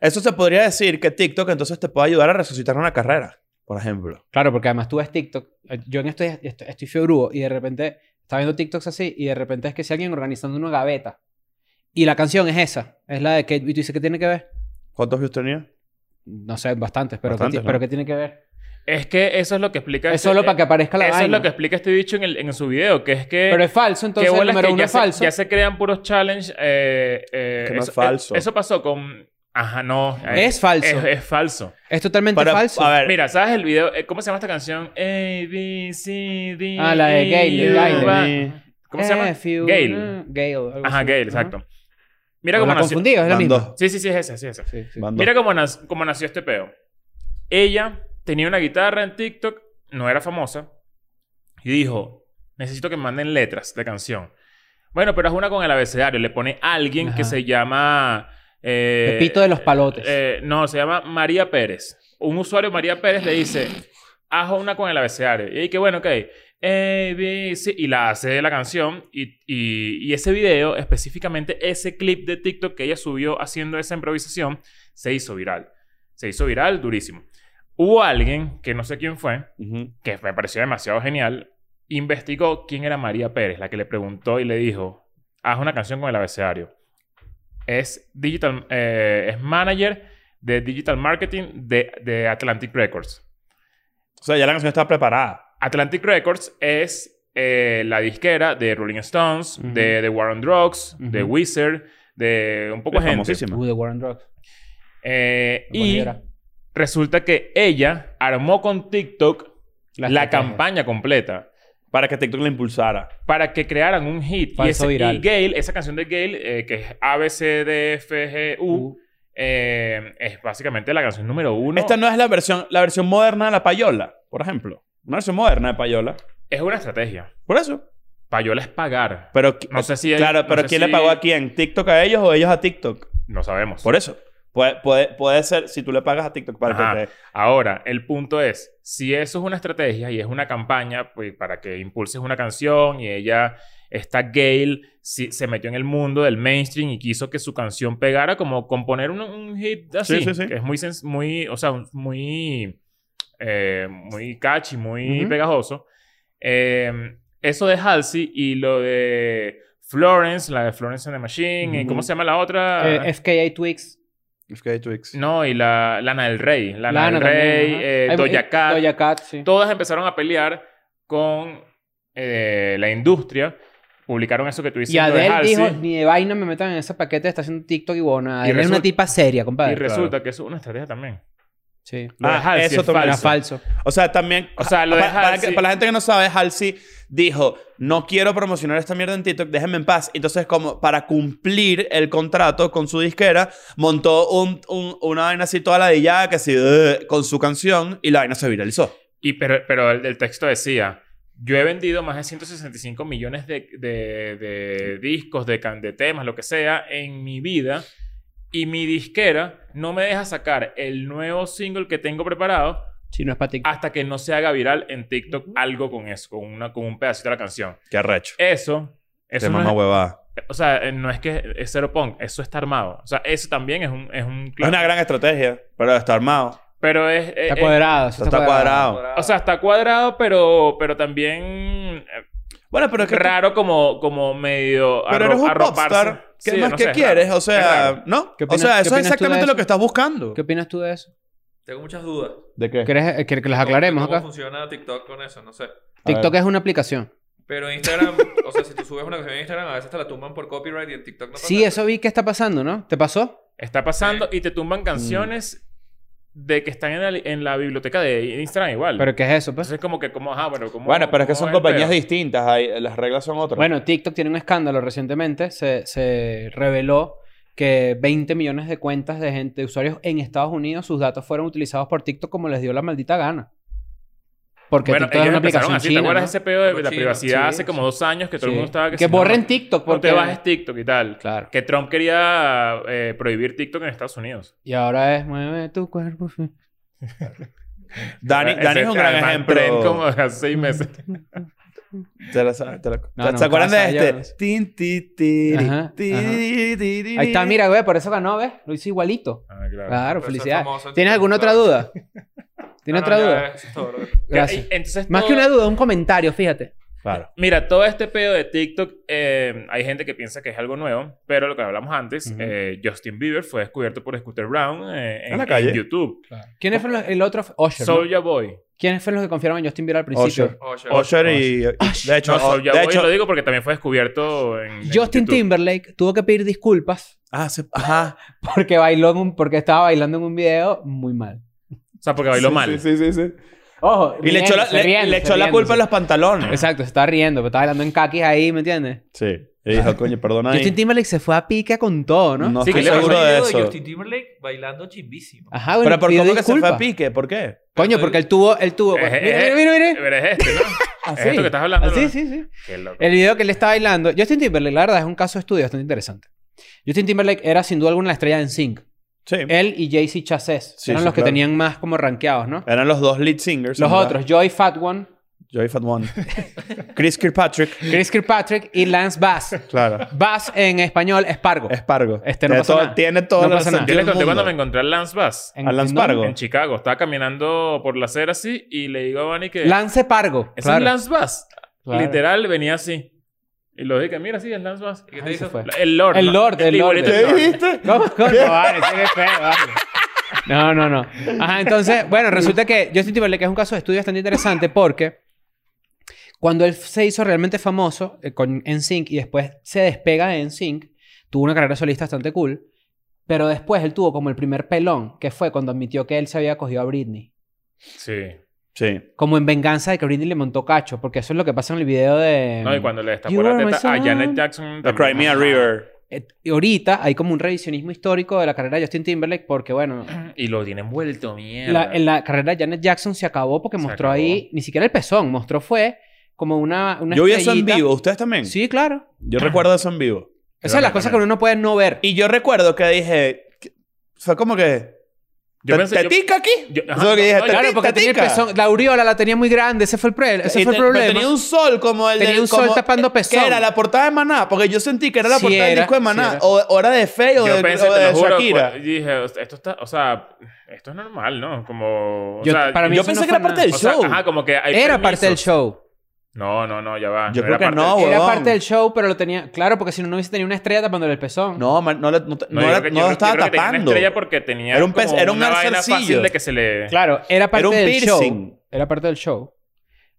[SPEAKER 3] Eso se podría decir que TikTok entonces te puede ayudar a resucitar una carrera, por ejemplo.
[SPEAKER 4] Claro, porque además tú ves TikTok. eh, Yo en esto estoy, estoy fiebrudo y de repente estaba viendo TikToks así y de repente es que si alguien organizando una gaveta y la canción es esa, es la de Kate. Y tú dices, ¿qué tiene que ver?
[SPEAKER 3] ¿Cuántos views tenía?
[SPEAKER 4] No sé, bastantes, pero,
[SPEAKER 3] Bastantes,
[SPEAKER 4] ¿qué,
[SPEAKER 3] ¿no?
[SPEAKER 4] ti- pero ¿qué tiene que ver?
[SPEAKER 2] Es que eso es lo que explica. este,
[SPEAKER 4] Es solo para que aparezca la
[SPEAKER 2] Eso es
[SPEAKER 4] vaina.
[SPEAKER 2] lo que explica este bicho en, el- en su video, que es que.
[SPEAKER 4] Pero es falso, entonces
[SPEAKER 2] que
[SPEAKER 4] el
[SPEAKER 2] bolas
[SPEAKER 4] número
[SPEAKER 2] que
[SPEAKER 4] uno
[SPEAKER 2] ya
[SPEAKER 4] es
[SPEAKER 2] se-
[SPEAKER 4] falso.
[SPEAKER 2] ya se crean puros challenge. eh, eh,
[SPEAKER 3] Que no es
[SPEAKER 2] eso-
[SPEAKER 3] falso.
[SPEAKER 2] eh, Eso pasó con. Ajá, no. eh,
[SPEAKER 4] Es falso.
[SPEAKER 2] Es, es falso.
[SPEAKER 4] Es totalmente
[SPEAKER 3] Para-
[SPEAKER 4] falso.
[SPEAKER 3] A ver,
[SPEAKER 2] Mira, ¿sabes el video? Eh, ¿Cómo se llama esta canción? A, B, C, D.
[SPEAKER 4] Ah, la de Gayle,
[SPEAKER 2] E,
[SPEAKER 4] Gayle.
[SPEAKER 2] va- ¿Cómo se llama?
[SPEAKER 4] If you-
[SPEAKER 2] Gale.
[SPEAKER 4] Gale. Eh, algo
[SPEAKER 2] Ajá,
[SPEAKER 4] así.
[SPEAKER 2] Gale,
[SPEAKER 4] Ajá.
[SPEAKER 2] exacto. Mira
[SPEAKER 4] Pero
[SPEAKER 2] cómo
[SPEAKER 4] la
[SPEAKER 2] nació.
[SPEAKER 4] confundí, es la
[SPEAKER 3] van
[SPEAKER 4] misma.
[SPEAKER 3] dos,
[SPEAKER 2] Sí, sí, sí, es esa, sí, es esa.
[SPEAKER 4] Sí, sí.
[SPEAKER 3] van dos.
[SPEAKER 2] Mira cómo, nas- cómo nació este peo. Ella tenía una guitarra en TikTok, no era famosa, y dijo, necesito que me manden letras de canción. Bueno, pero es una con el abecedario. Le pone alguien que
[SPEAKER 4] Ajá.
[SPEAKER 2] se llama... eh,
[SPEAKER 4] Pepito de los palotes.
[SPEAKER 2] eh, no, se llama María Pérez. Un usuario, María Pérez, le dice, haz una con el abecedario. Y ahí que bueno, ok. A, B, C, y la hace de la canción. Y, y- y ese video, específicamente ese clip de TikTok que ella subió haciendo esa improvisación, se hizo viral. Se hizo viral durísimo. Hubo alguien, que no sé quién fue,
[SPEAKER 3] Ujú.
[SPEAKER 2] que me pareció demasiado genial, investigó quién era María Pérez, la que le preguntó y le dijo, haz una canción con el abecedario. Es, digital, eh, es manager de Digital Marketing de, de Atlantic Records.
[SPEAKER 3] O sea, ya la canción estaba preparada.
[SPEAKER 2] Atlantic Records es eh, la disquera de Rolling Stones,
[SPEAKER 4] Ujú.
[SPEAKER 2] de The War on Drugs, de
[SPEAKER 4] Ujú.
[SPEAKER 2] Wizard, de un poco
[SPEAKER 3] Es
[SPEAKER 2] de gente.
[SPEAKER 3] famosísima.
[SPEAKER 4] Uh, The War on Drugs.
[SPEAKER 2] Eh,
[SPEAKER 4] Buena
[SPEAKER 2] y
[SPEAKER 4] idea.
[SPEAKER 2] resulta que ella armó con TikTok la,
[SPEAKER 4] estrategia.
[SPEAKER 2] campaña completa
[SPEAKER 3] Para que TikTok la impulsara.
[SPEAKER 2] para que crearan un hit. y,
[SPEAKER 4] Falso
[SPEAKER 2] ese-
[SPEAKER 4] viral.
[SPEAKER 2] y Gale, esa canción de Gale, eh, que es A, B, C, D, F, G, U, eh, es básicamente la canción número uno.
[SPEAKER 3] Uh. Esta no es la versión, la versión moderna de la payola, por ejemplo. Una versión moderna de payola.
[SPEAKER 2] Es una estrategia.
[SPEAKER 3] Por eso.
[SPEAKER 2] Payola es pagar.
[SPEAKER 3] Pero, qui-
[SPEAKER 2] No sé si... hay-
[SPEAKER 3] claro,
[SPEAKER 2] no
[SPEAKER 3] pero
[SPEAKER 2] sé
[SPEAKER 3] ¿quién
[SPEAKER 2] si-
[SPEAKER 3] le pagó a quién? ¿TikTok a ellos o ellos a TikTok?
[SPEAKER 2] No sabemos.
[SPEAKER 3] Por eso. Puede, puede, puede ser si tú le pagas a TikTok para
[SPEAKER 2] Ajá.
[SPEAKER 3] que te...
[SPEAKER 2] Ahora, el punto es, si eso es una estrategia y es una campaña pues, para que impulses una canción y ella, esta Gail, si- se metió en el mundo del mainstream y quiso que su canción pegara, como componer un, un hit así,
[SPEAKER 3] Sí, sí, sí.
[SPEAKER 2] que es muy, sens- muy, o sea, un- muy, eh, muy catchy, muy
[SPEAKER 3] Ujú.
[SPEAKER 2] pegajoso. Eh, eso de Halsey y lo de Florence, la de Florence and the Machine, y
[SPEAKER 3] Ujú.
[SPEAKER 2] ¿cómo se llama la otra?
[SPEAKER 4] Eh, FKA Twigs.
[SPEAKER 3] FK Twix.
[SPEAKER 2] No, y la Lana del Rey. Lana, del Rey,
[SPEAKER 4] también, ajá.
[SPEAKER 2] eh,
[SPEAKER 4] Hay-
[SPEAKER 2] Doja Cat.
[SPEAKER 4] Doja Cat, sí.
[SPEAKER 2] Todas empezaron a pelear con eh, la industria. Publicaron eso que tú dices.
[SPEAKER 4] Y
[SPEAKER 2] lo de
[SPEAKER 4] Adele
[SPEAKER 2] Halsey,
[SPEAKER 4] dijo, ni de vaina me metan en ese paquete de estación TikTok y bueno, Adele es
[SPEAKER 2] resulta-
[SPEAKER 4] una tipa seria,
[SPEAKER 2] y
[SPEAKER 4] compadre.
[SPEAKER 2] resulta que eso es una estrategia también.
[SPEAKER 4] Sí.
[SPEAKER 2] Lo de
[SPEAKER 3] Ah,
[SPEAKER 2] Halsey
[SPEAKER 3] eso
[SPEAKER 2] es
[SPEAKER 3] también
[SPEAKER 4] Era
[SPEAKER 2] falso.
[SPEAKER 4] falso.
[SPEAKER 3] O sea, también...
[SPEAKER 2] O sea, lo de
[SPEAKER 3] para, para
[SPEAKER 2] Halsey-
[SPEAKER 3] que- para la gente que no sabe, Halsey dijo, no quiero promocionar esta mierda en TikTok, déjenme en paz. Entonces, como para cumplir el contrato con su disquera, montó un, un- una vaina así toda eh, ladillada, que así, "Ugh", con su canción, y la vaina se viralizó.
[SPEAKER 2] Y, pero pero el, el texto decía, Yo he vendido más de 165 millones de, de- de discos, de, can- de temas, lo que sea, en mi vida. Y mi disquera no me deja sacar el nuevo single que tengo preparado
[SPEAKER 4] Si no es para ti.
[SPEAKER 2] hasta que no se haga viral en TikTok algo con eso, con, una, con un pedacito de la canción.
[SPEAKER 3] Qué arrecho.
[SPEAKER 2] Eso, Eh,
[SPEAKER 3] Qué
[SPEAKER 2] eso no
[SPEAKER 3] mamá
[SPEAKER 2] es,
[SPEAKER 3] huevada.
[SPEAKER 2] o sea, eh, no es que es cero punk, eso está armado. O sea, eso también es un... Es un
[SPEAKER 3] Es una gran estrategia, pero está armado.
[SPEAKER 2] Pero es... eh,
[SPEAKER 4] Está
[SPEAKER 2] eh,
[SPEAKER 4] cuadrado. eso
[SPEAKER 3] Está cuadrado.
[SPEAKER 2] O sea, está cuadrado, pero, pero también eh,
[SPEAKER 3] Bueno, pero es que...
[SPEAKER 2] raro como, como medio
[SPEAKER 3] Pero
[SPEAKER 2] arro-
[SPEAKER 3] eres un
[SPEAKER 2] arroparse.
[SPEAKER 3] popstar. ¿Qué
[SPEAKER 2] Sí,
[SPEAKER 3] más
[SPEAKER 2] no
[SPEAKER 3] que
[SPEAKER 2] sé, es
[SPEAKER 3] quieres?
[SPEAKER 2] raro.
[SPEAKER 3] O
[SPEAKER 2] Es
[SPEAKER 3] sea, eh,
[SPEAKER 2] raro.
[SPEAKER 3] ¿no?
[SPEAKER 4] ¿Qué
[SPEAKER 3] o
[SPEAKER 4] opinas-
[SPEAKER 3] sea, eso
[SPEAKER 4] qué opinas
[SPEAKER 3] es
[SPEAKER 4] tú de
[SPEAKER 3] exactamente lo
[SPEAKER 4] eso?
[SPEAKER 3] que estás buscando.
[SPEAKER 4] ¿Qué opinas tú de eso?
[SPEAKER 5] Tengo muchas dudas.
[SPEAKER 3] ¿De qué?
[SPEAKER 4] ¿Quieres eh, que, que las aclaremos
[SPEAKER 5] ¿Cómo
[SPEAKER 4] acá?
[SPEAKER 5] funciona TikTok con eso? No sé.
[SPEAKER 4] TikTok es una aplicación.
[SPEAKER 5] Pero en Instagram, o sea, si tú subes una canción en Instagram, a veces te la tumban por copyright y en TikTok no pasa
[SPEAKER 4] Sí,
[SPEAKER 5] nada.
[SPEAKER 4] eso vi que está pasando, ¿no? ¿Te pasó?
[SPEAKER 2] Está pasando y te
[SPEAKER 3] mm.
[SPEAKER 2] tumban canciones de que están en la, li- en la biblioteca de Instagram igual.
[SPEAKER 4] ¿Pero qué es eso, pues?
[SPEAKER 2] Entonces como que como, ajá, bueno, como...
[SPEAKER 3] Bueno, pero es que son compañías
[SPEAKER 2] distintas.
[SPEAKER 3] distintas. ahí las reglas son otras.
[SPEAKER 4] Bueno, TikTok tiene un escándalo recientemente. Se, se reveló que 20 millones de cuentas de gente, de usuarios en Estados Unidos, sus datos fueron utilizados por TikTok como les dio la maldita gana. Porque
[SPEAKER 2] Bueno,
[SPEAKER 4] TikTok
[SPEAKER 2] ellos
[SPEAKER 4] es una
[SPEAKER 2] empezaron
[SPEAKER 4] aplicación
[SPEAKER 2] así. ¿Te
[SPEAKER 4] china.
[SPEAKER 2] acuerdas
[SPEAKER 4] ¿no?
[SPEAKER 2] ese pedo de
[SPEAKER 5] Como
[SPEAKER 2] la
[SPEAKER 5] chino,
[SPEAKER 2] privacidad
[SPEAKER 4] sí,
[SPEAKER 2] hace como dos años que todo el
[SPEAKER 4] Sí.
[SPEAKER 2] mundo estaba...
[SPEAKER 4] que
[SPEAKER 2] si no,
[SPEAKER 4] borren TikTok
[SPEAKER 2] No
[SPEAKER 4] porque
[SPEAKER 2] te bajes TikTok y tal.
[SPEAKER 4] Claro.
[SPEAKER 2] Que Trump quería eh, prohibir TikTok en Estados Unidos.
[SPEAKER 4] Y ahora es mueve tu cuerpo. sí.
[SPEAKER 3] Dani,
[SPEAKER 2] Ese-
[SPEAKER 3] Dani es un gran
[SPEAKER 2] además,
[SPEAKER 3] ejemplo.
[SPEAKER 2] Trump como hace seis meses.
[SPEAKER 3] Te la sabes, te la- ¿Te-
[SPEAKER 4] no,
[SPEAKER 3] ¿Se acuerdan
[SPEAKER 4] casa,
[SPEAKER 3] de
[SPEAKER 4] yo-
[SPEAKER 3] este? Tin, ti, tiri,
[SPEAKER 4] Ajá,
[SPEAKER 3] tiri,
[SPEAKER 4] ajá.
[SPEAKER 3] tiri,
[SPEAKER 4] Ahí está, mira, güey, por eso ganó, ¿ves? Lo hizo igualito.
[SPEAKER 2] Ah, claro.
[SPEAKER 4] Claro,
[SPEAKER 5] Pero soy
[SPEAKER 4] felicidades.
[SPEAKER 5] famoso en
[SPEAKER 4] ¿Tienes
[SPEAKER 5] TikTok,
[SPEAKER 4] alguna otra
[SPEAKER 5] claro.
[SPEAKER 4] duda? ¿Tienes
[SPEAKER 5] No,
[SPEAKER 4] otra
[SPEAKER 5] no, ya,
[SPEAKER 4] duda?
[SPEAKER 5] eso es todo lo que-
[SPEAKER 2] Que-
[SPEAKER 4] Gracias.
[SPEAKER 2] y- Entonces,
[SPEAKER 4] Más
[SPEAKER 2] todo-
[SPEAKER 4] que una duda, un comentario, fíjate.
[SPEAKER 3] Claro.
[SPEAKER 2] Mira, todo este pedo de TikTok, eh, hay gente que piensa que es algo nuevo, pero lo que hablamos antes,
[SPEAKER 4] Ujú.
[SPEAKER 2] eh, Justin Bieber fue descubierto por Scooter Brown eh, en,
[SPEAKER 3] En la calle.
[SPEAKER 2] en YouTube.
[SPEAKER 4] ¿Quiénes fueron los- el otro? Usher, ¿no?
[SPEAKER 2] Soulja Boy.
[SPEAKER 4] ¿Quiénes fueron los que confiaron en Justin Bieber al principio?
[SPEAKER 3] Usher.
[SPEAKER 5] Oye,
[SPEAKER 3] Usher y... De hecho,
[SPEAKER 2] No, Soulja
[SPEAKER 3] de
[SPEAKER 2] Boy
[SPEAKER 3] hecho...
[SPEAKER 2] lo digo porque también fue descubierto en. en
[SPEAKER 4] Justin
[SPEAKER 2] YouTube.
[SPEAKER 4] Timberlake tuvo que pedir disculpas
[SPEAKER 3] Ah, se- Ajá.
[SPEAKER 4] porque bailó en un, porque estaba bailando en un video muy mal.
[SPEAKER 2] O sea, porque bailó
[SPEAKER 3] Sí,
[SPEAKER 2] mal.
[SPEAKER 3] Sí, sí, sí, sí.
[SPEAKER 4] Ojo,
[SPEAKER 3] Y le echó la,
[SPEAKER 4] riéndose,
[SPEAKER 3] le-
[SPEAKER 4] riéndose,
[SPEAKER 3] le echó la culpa a los
[SPEAKER 4] riéndose.
[SPEAKER 3] pantalones.
[SPEAKER 4] Exacto, se estaba riendo, pero estaba bailando en caquis ahí, ¿me entiendes?
[SPEAKER 3] Sí. Y dijo, coño, perdona ahí.
[SPEAKER 4] Justin Timberlake se fue a pica con todo, ¿no?
[SPEAKER 3] No
[SPEAKER 2] Sí,
[SPEAKER 3] estoy
[SPEAKER 2] que le pasó
[SPEAKER 3] seguro
[SPEAKER 5] el
[SPEAKER 3] de
[SPEAKER 5] video
[SPEAKER 3] eso.
[SPEAKER 5] Justin Timberlake bailando chimbísimo.
[SPEAKER 4] Ajá, bueno,
[SPEAKER 3] Pero ¿por
[SPEAKER 4] pidió
[SPEAKER 3] cómo que se fue
[SPEAKER 4] disculpas.
[SPEAKER 3] a pique? ¿Por qué?
[SPEAKER 4] Coño, porque él tuvo, él tuvo.
[SPEAKER 2] Eh,
[SPEAKER 4] mira,
[SPEAKER 2] eh,
[SPEAKER 4] mira, mira, mira.
[SPEAKER 2] Pero es este, ¿no? es
[SPEAKER 4] Así.
[SPEAKER 2] esto que estás hablando.
[SPEAKER 4] Así,
[SPEAKER 2] ¿no?
[SPEAKER 4] sí, sí.
[SPEAKER 2] Qué loco.
[SPEAKER 4] El video que él está bailando, Justin Timberlake, la verdad, es un caso de estudio bastante interesante. Justin Timberlake era sin duda alguna la estrella en Sync.
[SPEAKER 3] Sí.
[SPEAKER 4] Él y Jay-Z Chasez
[SPEAKER 3] Sí,
[SPEAKER 4] eran
[SPEAKER 3] sí,
[SPEAKER 4] los que
[SPEAKER 3] claro.
[SPEAKER 4] tenían más como rankeados, ¿no?
[SPEAKER 3] Eran los dos lead singers.
[SPEAKER 4] Los
[SPEAKER 3] ¿verdad?
[SPEAKER 4] otros, Joy Fat One,
[SPEAKER 3] Joey Fat One. Chris Kirkpatrick.
[SPEAKER 4] Chris Kirkpatrick y Lance Bass.
[SPEAKER 3] Claro.
[SPEAKER 4] Bass en español, Espargo.
[SPEAKER 3] Espargo.
[SPEAKER 4] Este no
[SPEAKER 3] tiene,
[SPEAKER 4] pasa
[SPEAKER 3] todo,
[SPEAKER 4] nada.
[SPEAKER 3] tiene todo
[SPEAKER 4] No
[SPEAKER 3] el
[SPEAKER 4] pasa
[SPEAKER 2] Yo
[SPEAKER 4] nada.
[SPEAKER 3] sentido
[SPEAKER 2] les
[SPEAKER 3] del
[SPEAKER 2] conté cuando me
[SPEAKER 3] mundo.
[SPEAKER 2] encontré a Lance Bass
[SPEAKER 4] En-
[SPEAKER 3] ¿A Lance
[SPEAKER 4] ¿en dónde?
[SPEAKER 3] Pargo?
[SPEAKER 2] en Chicago. Estaba caminando por la acera así y le digo a Vani que.
[SPEAKER 4] Lance Pargo.
[SPEAKER 2] Ese
[SPEAKER 4] claro.
[SPEAKER 2] es Lance Bass.
[SPEAKER 4] Claro.
[SPEAKER 2] Literal, venía así. Y lo dije, mira, sí, es Lance Bass.
[SPEAKER 5] ¿Y qué te
[SPEAKER 4] Ahí se
[SPEAKER 5] hizo?
[SPEAKER 4] fue.
[SPEAKER 2] El Lord.
[SPEAKER 4] El
[SPEAKER 2] ¿no?
[SPEAKER 4] Lord, el
[SPEAKER 2] Igualito
[SPEAKER 4] Lord.
[SPEAKER 2] al
[SPEAKER 4] ¿Qué
[SPEAKER 2] Lord.
[SPEAKER 3] dijiste?
[SPEAKER 4] ¿Cómo? ¿Cómo? No, vale, sí, qué feo, vale. No, no, no. Ajá, entonces, bueno, resulta que Justin Timberlake es un caso de estudio bastante interesante porque cuando él se hizo realmente famoso eh, con NSYNC y después se despega de NSYNC, tuvo una carrera solista bastante cool, pero después él tuvo como el primer pelón, que fue cuando admitió que él se había cogido a Britney.
[SPEAKER 2] Sí.
[SPEAKER 3] Sí.
[SPEAKER 4] Como en venganza de que Britney le montó cacho, porque eso es lo que pasa en el video de...
[SPEAKER 2] No, y cuando le destapó
[SPEAKER 4] You
[SPEAKER 2] la
[SPEAKER 4] are my
[SPEAKER 2] teta a
[SPEAKER 4] sun.
[SPEAKER 2] Janet Jackson.
[SPEAKER 3] The
[SPEAKER 2] también.
[SPEAKER 3] Crimea River.
[SPEAKER 4] Eh, y ahorita hay como un revisionismo histórico de la carrera de Justin Timberlake porque, bueno,
[SPEAKER 2] Y lo tiene envuelto, mierda.
[SPEAKER 4] la- en la carrera de Janet Jackson se acabó porque
[SPEAKER 2] Se
[SPEAKER 4] mostró
[SPEAKER 2] acabó.
[SPEAKER 4] ahí, ni siquiera el pezón, mostró fue como una... una
[SPEAKER 3] Yo vi eso en
[SPEAKER 4] estrellita.
[SPEAKER 3] vivo. ¿Ustedes también?
[SPEAKER 4] Sí, claro.
[SPEAKER 3] Yo recuerdo eso en vivo.
[SPEAKER 4] Esas son las cosas que uno no puede no ver.
[SPEAKER 3] Y yo recuerdo que dije... que- Fue como que...
[SPEAKER 2] Yo
[SPEAKER 3] ¿te-
[SPEAKER 2] pensé- yo-
[SPEAKER 3] ¿Tetica aquí?
[SPEAKER 2] Yo- ajá,
[SPEAKER 3] Eso es lo que dije.
[SPEAKER 2] no,
[SPEAKER 4] claro,
[SPEAKER 3] "Tati-
[SPEAKER 4] porque tenía el
[SPEAKER 3] tatica".
[SPEAKER 4] pezón, la aureola la tenía muy grande, ese fue el, pre- ese
[SPEAKER 3] Y
[SPEAKER 4] fue el
[SPEAKER 3] te- pero
[SPEAKER 4] problema.
[SPEAKER 3] tenía un sol como el
[SPEAKER 4] Tenía
[SPEAKER 3] del-
[SPEAKER 4] un sol
[SPEAKER 3] como- eh,
[SPEAKER 4] tapando
[SPEAKER 3] Que
[SPEAKER 4] pezón.
[SPEAKER 3] era la portada de Maná. Porque yo sentí que era la
[SPEAKER 4] Sí
[SPEAKER 3] portada del
[SPEAKER 4] era,
[SPEAKER 3] disco de
[SPEAKER 4] sí
[SPEAKER 3] Maná.
[SPEAKER 4] era.
[SPEAKER 3] o, o era de Fey o
[SPEAKER 2] Yo
[SPEAKER 3] de,
[SPEAKER 2] pensé,
[SPEAKER 3] o
[SPEAKER 2] te
[SPEAKER 3] de
[SPEAKER 2] lo juro,
[SPEAKER 3] Shakira.
[SPEAKER 2] cu- dije, esto está, o sea, esto es normal, ¿no? Como, o
[SPEAKER 4] Yo-
[SPEAKER 2] sea,
[SPEAKER 4] para mí
[SPEAKER 3] yo
[SPEAKER 4] eso
[SPEAKER 3] pensé
[SPEAKER 4] no
[SPEAKER 3] que era
[SPEAKER 4] fue
[SPEAKER 3] parte
[SPEAKER 4] nada.
[SPEAKER 3] del
[SPEAKER 2] o sea,
[SPEAKER 3] show.
[SPEAKER 2] ajá, como que hay
[SPEAKER 4] Era
[SPEAKER 2] permisos.
[SPEAKER 4] parte del show.
[SPEAKER 2] No, no, no, ya va.
[SPEAKER 3] Yo
[SPEAKER 2] era
[SPEAKER 3] creo que
[SPEAKER 2] parte
[SPEAKER 3] no,
[SPEAKER 2] del-
[SPEAKER 3] güey.
[SPEAKER 4] Era
[SPEAKER 3] Ah, huevón.
[SPEAKER 4] parte del show, pero lo tenía... Claro, porque si no, no hubiese tenido una estrella tapándole el pezón.
[SPEAKER 3] No, man, no, la- no, te- no
[SPEAKER 2] yo
[SPEAKER 3] la-
[SPEAKER 2] creo que- yo creo-
[SPEAKER 3] no la
[SPEAKER 2] yo
[SPEAKER 3] estaba
[SPEAKER 2] creo que tenía una
[SPEAKER 3] tapando.
[SPEAKER 2] estrella porque tenía
[SPEAKER 3] Era un pez-
[SPEAKER 2] como
[SPEAKER 3] era un
[SPEAKER 2] una vaina
[SPEAKER 3] arcercillo.
[SPEAKER 2] fácil de que se le...
[SPEAKER 4] Claro, era parte
[SPEAKER 3] un
[SPEAKER 4] del
[SPEAKER 3] piercing.
[SPEAKER 4] show. Era parte del show.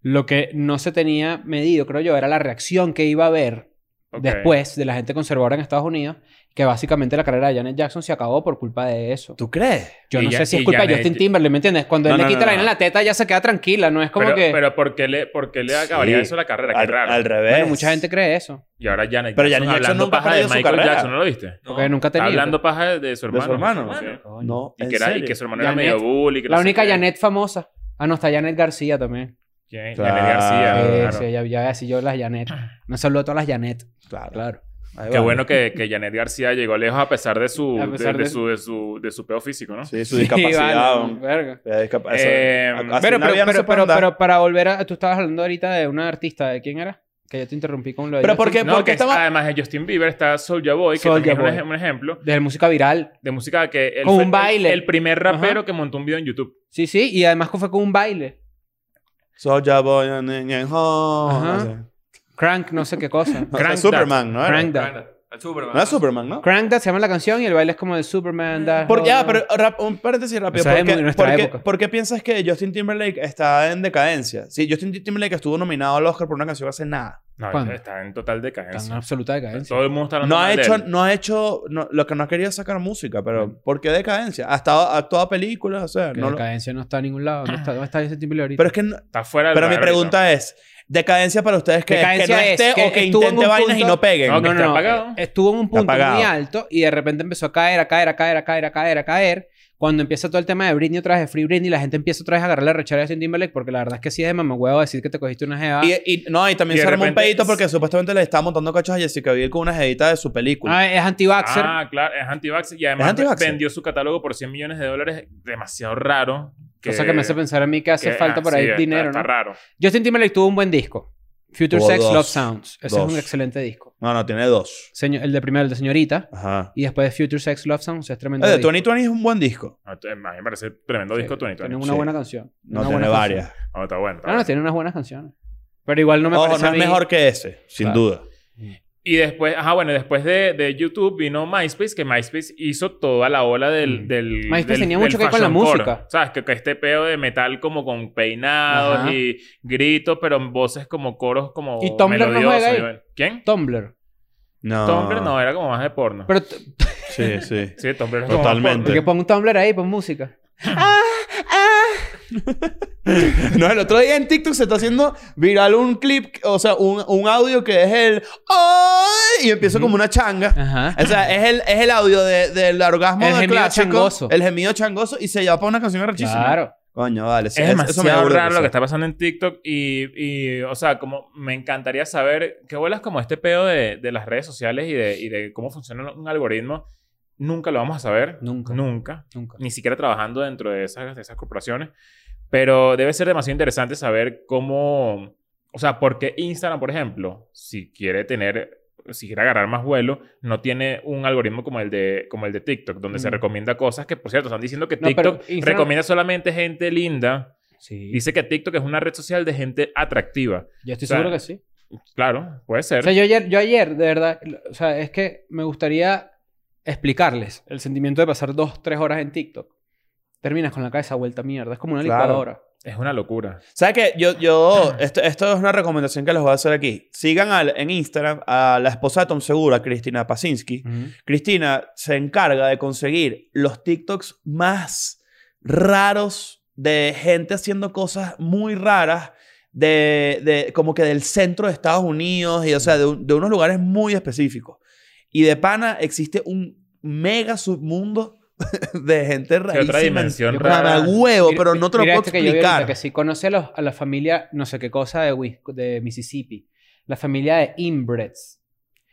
[SPEAKER 4] Lo que no se tenía medido, creo yo, era la reacción que iba a haber
[SPEAKER 2] Ok.
[SPEAKER 4] después de la gente conservadora en Estados Unidos, que básicamente la carrera de Janet Jackson se acabó por culpa de eso.
[SPEAKER 3] ¿Tú crees?
[SPEAKER 4] Yo
[SPEAKER 2] Y
[SPEAKER 4] no
[SPEAKER 2] ya-
[SPEAKER 4] sé si
[SPEAKER 2] y
[SPEAKER 4] es culpa de
[SPEAKER 2] Janet-
[SPEAKER 4] Justin Timberlake, ¿me entiendes? Cuando
[SPEAKER 3] No,
[SPEAKER 4] él
[SPEAKER 3] no,
[SPEAKER 4] le
[SPEAKER 3] no,
[SPEAKER 4] quita la
[SPEAKER 3] no.
[SPEAKER 4] vaina en la teta, ya se queda tranquila, no es como
[SPEAKER 2] pero,
[SPEAKER 4] que...
[SPEAKER 2] pero ¿por qué le, por qué le acabaría
[SPEAKER 3] Sí.
[SPEAKER 2] eso a la carrera? Qué
[SPEAKER 3] Al,
[SPEAKER 2] raro.
[SPEAKER 3] al revés.
[SPEAKER 4] Bueno, mucha gente cree eso.
[SPEAKER 2] Y ahora Janet
[SPEAKER 3] Pero
[SPEAKER 2] Jackson
[SPEAKER 3] Janet Jackson
[SPEAKER 2] hablando
[SPEAKER 3] nunca ha
[SPEAKER 2] paja de
[SPEAKER 3] perdido su
[SPEAKER 2] Michael
[SPEAKER 3] carrera.
[SPEAKER 2] Jackson, ¿no lo viste?
[SPEAKER 5] No.
[SPEAKER 4] Porque nunca ha
[SPEAKER 2] Está
[SPEAKER 4] tenido.
[SPEAKER 2] hablando paja de su
[SPEAKER 3] ¿De
[SPEAKER 2] hermano.
[SPEAKER 3] su hermano?
[SPEAKER 5] hermano.
[SPEAKER 2] Sí.
[SPEAKER 3] No,
[SPEAKER 2] Y
[SPEAKER 3] ¿en
[SPEAKER 2] que, era, y
[SPEAKER 3] serio?
[SPEAKER 2] que su hermano era
[SPEAKER 4] Janet.
[SPEAKER 2] medio bully. que no
[SPEAKER 4] La
[SPEAKER 2] sé
[SPEAKER 4] única
[SPEAKER 2] qué.
[SPEAKER 4] Janet famosa. Ah, no, está Janet García también.
[SPEAKER 2] ¿Quién es?
[SPEAKER 3] Claro.
[SPEAKER 2] Yanet García.
[SPEAKER 4] Eh,
[SPEAKER 2] claro.
[SPEAKER 4] sí, ya, ya así yo las Janet. Un saludo a todas las Janet.
[SPEAKER 3] Claro.
[SPEAKER 4] Claro.
[SPEAKER 3] Ahí
[SPEAKER 2] Qué
[SPEAKER 3] va.
[SPEAKER 2] bueno que, que Janet García llegó lejos a pesar de su,
[SPEAKER 4] A pesar
[SPEAKER 2] de, de
[SPEAKER 4] de-
[SPEAKER 2] su, de su, de su peo físico, ¿no?
[SPEAKER 3] Sí, su discapacidad.
[SPEAKER 4] vale,
[SPEAKER 3] un-
[SPEAKER 4] verga.
[SPEAKER 3] la discapa- eso-
[SPEAKER 2] Eh,
[SPEAKER 3] así
[SPEAKER 2] Pero,
[SPEAKER 4] Pero,
[SPEAKER 3] una
[SPEAKER 4] pero,
[SPEAKER 3] vida no se puede
[SPEAKER 4] pero, pero,
[SPEAKER 3] andar.
[SPEAKER 4] pero para volver a... Tú estabas hablando ahorita de una artista. ¿De quién era? Que yo te interrumpí con lo de...
[SPEAKER 3] Pero
[SPEAKER 4] Justin.
[SPEAKER 3] porque-
[SPEAKER 2] No, que es-
[SPEAKER 3] estamos-
[SPEAKER 2] además de Justin Bieber está Soulja Boy, que
[SPEAKER 4] Soulja
[SPEAKER 2] también es un
[SPEAKER 4] Boy.
[SPEAKER 2] ej- un ejemplo.
[SPEAKER 4] De música viral.
[SPEAKER 2] de música que él
[SPEAKER 4] Con
[SPEAKER 2] fue
[SPEAKER 4] un
[SPEAKER 2] el-
[SPEAKER 4] baile.
[SPEAKER 2] El, primer rapero
[SPEAKER 4] Ajá.
[SPEAKER 2] que montó un video en YouTube.
[SPEAKER 4] Sí, sí. Y además fue con un baile.
[SPEAKER 3] Soulja Boy, ñe, ñe, ho,
[SPEAKER 4] Ajá.
[SPEAKER 3] no sé.
[SPEAKER 4] Crank, no sé qué cosa.
[SPEAKER 3] No,
[SPEAKER 2] Crank
[SPEAKER 3] es Superman, ¿no? era?
[SPEAKER 4] Crank that.
[SPEAKER 5] Anda, al Superman.
[SPEAKER 3] No era Superman, ¿no?
[SPEAKER 4] Crank That se llama la canción y el baile es como de Superman. that
[SPEAKER 3] Por, ya,
[SPEAKER 4] whole-
[SPEAKER 3] pero rap- un paréntesis rápido.
[SPEAKER 4] Esa
[SPEAKER 3] ¿Por
[SPEAKER 4] es
[SPEAKER 3] qué,
[SPEAKER 4] de nuestra
[SPEAKER 3] por qué-
[SPEAKER 4] época.
[SPEAKER 3] por qué piensas que Justin Timberlake está en decadencia? Sí, Justin Timberlake estuvo nominado al Oscar por una canción hace nada.
[SPEAKER 2] No,
[SPEAKER 4] ¿Cuándo?
[SPEAKER 2] está en total
[SPEAKER 4] Está en
[SPEAKER 2] decadencia.
[SPEAKER 4] absoluta decadencia.
[SPEAKER 2] Todo el mundo está hablando
[SPEAKER 3] No ha
[SPEAKER 2] mal de
[SPEAKER 3] hecho,
[SPEAKER 2] él.
[SPEAKER 3] no ha hecho no- lo que no ha querido es sacar música, pero ¿por qué decadencia? Ha estado ha actuado películas, o sea,
[SPEAKER 4] Que
[SPEAKER 3] no lo-
[SPEAKER 4] decadencia no está en ningún lado. No está, ¿Dónde está ese Timberlake ahorita?
[SPEAKER 3] Pero es que no-
[SPEAKER 2] Está fuera del
[SPEAKER 3] pero mi
[SPEAKER 2] radar
[SPEAKER 3] pregunta es, decadencia para ustedes que, que no
[SPEAKER 4] Decadencia es
[SPEAKER 3] esté
[SPEAKER 4] que
[SPEAKER 3] o que
[SPEAKER 4] estuvo en
[SPEAKER 3] intente
[SPEAKER 4] un
[SPEAKER 3] vainas y
[SPEAKER 4] punto-
[SPEAKER 3] no peguen.
[SPEAKER 2] No, que
[SPEAKER 4] no, no,
[SPEAKER 2] esté
[SPEAKER 4] no.
[SPEAKER 2] apagado.
[SPEAKER 4] Estuvo en un punto
[SPEAKER 3] apagado.
[SPEAKER 4] muy alto y de repente empezó a caer, a caer, a caer, a caer, a caer, a caer. Cuando empieza todo el tema de Britney otra vez de Free Britney, la gente empieza otra vez a agarrar la rechera de Justin Timberlake porque la verdad es que sí es de mamahuevo decir que te cogiste una jeva.
[SPEAKER 3] Y, y- no, y también
[SPEAKER 2] Y de
[SPEAKER 3] se armó un
[SPEAKER 2] repente-
[SPEAKER 3] pedito porque supuestamente le estaba montando cachos a Jessica Biel con una edita de su película.
[SPEAKER 4] Ah, es anti-vaxxer.
[SPEAKER 2] Ah, claro, es anti-vax y
[SPEAKER 3] ¿Es
[SPEAKER 2] además
[SPEAKER 3] anti-vaxxer?
[SPEAKER 2] vendió su catálogo por 100 millones de dólares, demasiado raro.
[SPEAKER 4] cosa que me hace pensar a mí que hace
[SPEAKER 2] que-
[SPEAKER 4] falta
[SPEAKER 2] ah,
[SPEAKER 4] por
[SPEAKER 2] sí,
[SPEAKER 4] ahí
[SPEAKER 2] está-
[SPEAKER 4] dinero,
[SPEAKER 2] Está
[SPEAKER 4] ¿no?
[SPEAKER 2] raro.
[SPEAKER 4] Justin Timberlake tuvo un buen disco. Future
[SPEAKER 3] Tuvo
[SPEAKER 4] Sex
[SPEAKER 3] dos.
[SPEAKER 4] Love Sounds. Ese
[SPEAKER 3] Dos.
[SPEAKER 4] es un excelente disco.
[SPEAKER 3] No, no, tiene dos.
[SPEAKER 4] Seño- el de primero, el de Señorita.
[SPEAKER 3] Ajá.
[SPEAKER 4] Y después de Future Sex Love Sounds es tremendo.
[SPEAKER 3] Eh, de
[SPEAKER 4] disco.
[SPEAKER 3] 2020 es un buen disco.
[SPEAKER 2] A mí me parece tremendo
[SPEAKER 4] Sí,
[SPEAKER 2] disco 2020.
[SPEAKER 4] Tiene una
[SPEAKER 3] sí.
[SPEAKER 4] buena canción.
[SPEAKER 3] No
[SPEAKER 4] Una
[SPEAKER 3] tiene
[SPEAKER 4] buena canción.
[SPEAKER 3] varias.
[SPEAKER 2] No, está bueno. está
[SPEAKER 4] No, no,
[SPEAKER 2] bueno.
[SPEAKER 4] tiene unas buenas canciones. Pero igual no me
[SPEAKER 3] Ojo,
[SPEAKER 4] parece
[SPEAKER 3] Oh, no
[SPEAKER 4] a
[SPEAKER 3] es
[SPEAKER 4] mí-
[SPEAKER 3] mejor que ese, sin
[SPEAKER 4] Claro.
[SPEAKER 3] duda.
[SPEAKER 2] Y después, ajá, bueno, después de, de YouTube vino MySpace, que MySpace hizo toda la ola del.
[SPEAKER 4] Mm.
[SPEAKER 2] del
[SPEAKER 4] MySpace
[SPEAKER 2] del-
[SPEAKER 4] tenía
[SPEAKER 2] del
[SPEAKER 4] mucho que ver con la
[SPEAKER 2] fashion core.
[SPEAKER 4] música.
[SPEAKER 2] ¿Sabes? Que, que este pedo de metal como con peinados
[SPEAKER 4] Ajá.
[SPEAKER 2] y gritos, pero en voces como coros como.
[SPEAKER 4] ¿Y Tumblr no
[SPEAKER 2] melodiosos,
[SPEAKER 4] juega ahí?
[SPEAKER 2] y bueno. ¿Quién?
[SPEAKER 4] Tumblr.
[SPEAKER 3] No.
[SPEAKER 2] Tumblr Este no, era como más de porno.
[SPEAKER 4] Pero t-
[SPEAKER 3] Sí, sí.
[SPEAKER 2] sí, Tumblr es
[SPEAKER 3] Totalmente.
[SPEAKER 2] Como más porno.
[SPEAKER 4] porque pon un Tumblr ahí, pon música.
[SPEAKER 3] No, el otro día en TikTok se está haciendo viral un clip, o sea, un, un audio que es el ¡Ay! y empieza como una changa.
[SPEAKER 4] Ajá.
[SPEAKER 3] O sea, es el, es el audio de- del orgasmo
[SPEAKER 4] El
[SPEAKER 3] del
[SPEAKER 4] gemido
[SPEAKER 3] clásico,
[SPEAKER 4] changoso.
[SPEAKER 3] El gemido changoso y se lleva para una canción rechísima.
[SPEAKER 4] Claro.
[SPEAKER 3] Coño, vale.
[SPEAKER 2] Es demasiado
[SPEAKER 3] aburre,
[SPEAKER 2] raro
[SPEAKER 3] o
[SPEAKER 2] lo
[SPEAKER 3] sea.
[SPEAKER 2] que está pasando en TikTok y, y, o sea, como me encantaría saber qué vuelas como este pedo de, de las redes sociales y de, y de cómo funciona un algoritmo. Nunca lo vamos a saber.
[SPEAKER 4] Nunca.
[SPEAKER 2] Nunca.
[SPEAKER 4] Nunca.
[SPEAKER 2] Ni siquiera trabajando dentro de esas, de esas corporaciones. Pero debe ser demasiado interesante saber cómo... O sea, porque Instagram, por ejemplo, si quiere tener... Si quiere agarrar más vuelo, no tiene un algoritmo como el de, como el de TikTok, donde se
[SPEAKER 4] Mm.
[SPEAKER 2] recomienda cosas que, por cierto, están diciendo que
[SPEAKER 4] No, pero
[SPEAKER 2] TikTok
[SPEAKER 4] Instagram-
[SPEAKER 2] recomienda solamente gente linda.
[SPEAKER 4] Sí.
[SPEAKER 2] Dice que TikTok es una red social de gente atractiva.
[SPEAKER 4] Yo estoy
[SPEAKER 2] o sea,
[SPEAKER 4] seguro que sí.
[SPEAKER 2] Claro, puede ser.
[SPEAKER 4] O sea, yo ayer, yo ayer, de verdad, lo- o sea, es que me gustaría explicarles el sentimiento de pasar dos, tres horas en TikTok. Terminas con la cabeza vuelta a mierda. Es como una
[SPEAKER 3] Claro.
[SPEAKER 4] licuadora.
[SPEAKER 2] Es una locura.
[SPEAKER 3] ¿Sabes qué? Yo, yo esto, esto es una recomendación que les voy a hacer aquí. Sigan al- en Instagram a la esposa de Tom Segura, Cristina Pasinski. Cristina se encarga de conseguir los TikToks más raros de gente haciendo cosas muy raras. De, de- como que del centro de Estados Unidos y o sea de, un- de unos lugares muy específicos y de pana existe un mega submundo de gente rarísima
[SPEAKER 2] otra dimensión rara.
[SPEAKER 3] rara huevo
[SPEAKER 4] Mira-
[SPEAKER 3] pero no te lo
[SPEAKER 4] mira
[SPEAKER 3] puedo
[SPEAKER 4] este que yo vi ahorita,
[SPEAKER 3] explicar
[SPEAKER 4] Que, sí conoce a, los- a la familia, no sé qué cosa, de, Wis- de Mississippi. La familia de inbreds.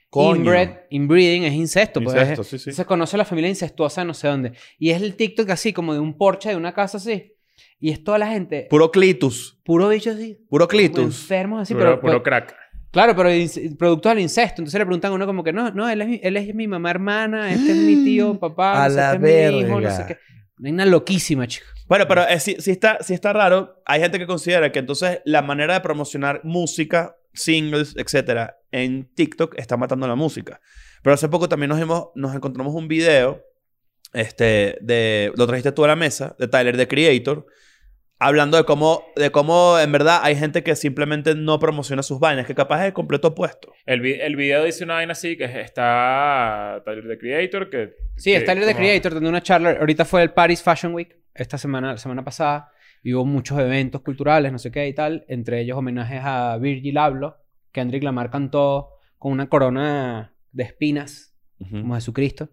[SPEAKER 3] Coño.
[SPEAKER 4] Inbred, inbreeding es incesto. pues,
[SPEAKER 3] Incesto,
[SPEAKER 4] es-
[SPEAKER 3] sí, sí.
[SPEAKER 4] Se conoce a la familia incestuosa de no sé dónde. Y es el TikTok así, como de un porche de una casa así. Y es toda la gente,
[SPEAKER 3] Puro clitus.
[SPEAKER 4] puro bicho así.
[SPEAKER 3] Puro
[SPEAKER 4] como
[SPEAKER 3] clitus.
[SPEAKER 4] Enfermos así,
[SPEAKER 2] puro,
[SPEAKER 4] pero...
[SPEAKER 2] puro
[SPEAKER 4] pero-
[SPEAKER 2] crack.
[SPEAKER 4] claro, pero ince- productos del incesto. Entonces le preguntan a uno como que, no, no, él es, mi- él es mi mamá hermana, este es mi tío, papá,
[SPEAKER 3] Mm. A
[SPEAKER 4] no sé,
[SPEAKER 3] la
[SPEAKER 4] este es mi hijo, no
[SPEAKER 3] verga.
[SPEAKER 4] sé qué. Una loquísima, chico.
[SPEAKER 3] Bueno, pero eh, si, si está, si está raro, hay gente que considera que entonces la manera de promocionar música, singles, etcétera, en TikTok está matando la música. Pero hace poco también nos, hemos, nos encontramos un video, este, de, lo trajiste tú a la mesa, de Tyler, de Creator, hablando de cómo, de cómo en verdad hay gente que simplemente no promociona sus vainas, que capaz es el completo opuesto.
[SPEAKER 2] El, vi- el video dice una vaina así que está Tyler the Creator que...
[SPEAKER 4] Sí,
[SPEAKER 2] que
[SPEAKER 4] está Tyler, the
[SPEAKER 2] como-
[SPEAKER 4] Creator, dando una charla. Ahorita fue el Paris Fashion Week, esta semana, la semana pasada. Y hubo muchos eventos culturales, no sé qué y tal. Entre ellos homenajes a Virgil Abloh. Kendrick Lamar cantó con una corona de espinas, como Jesucristo.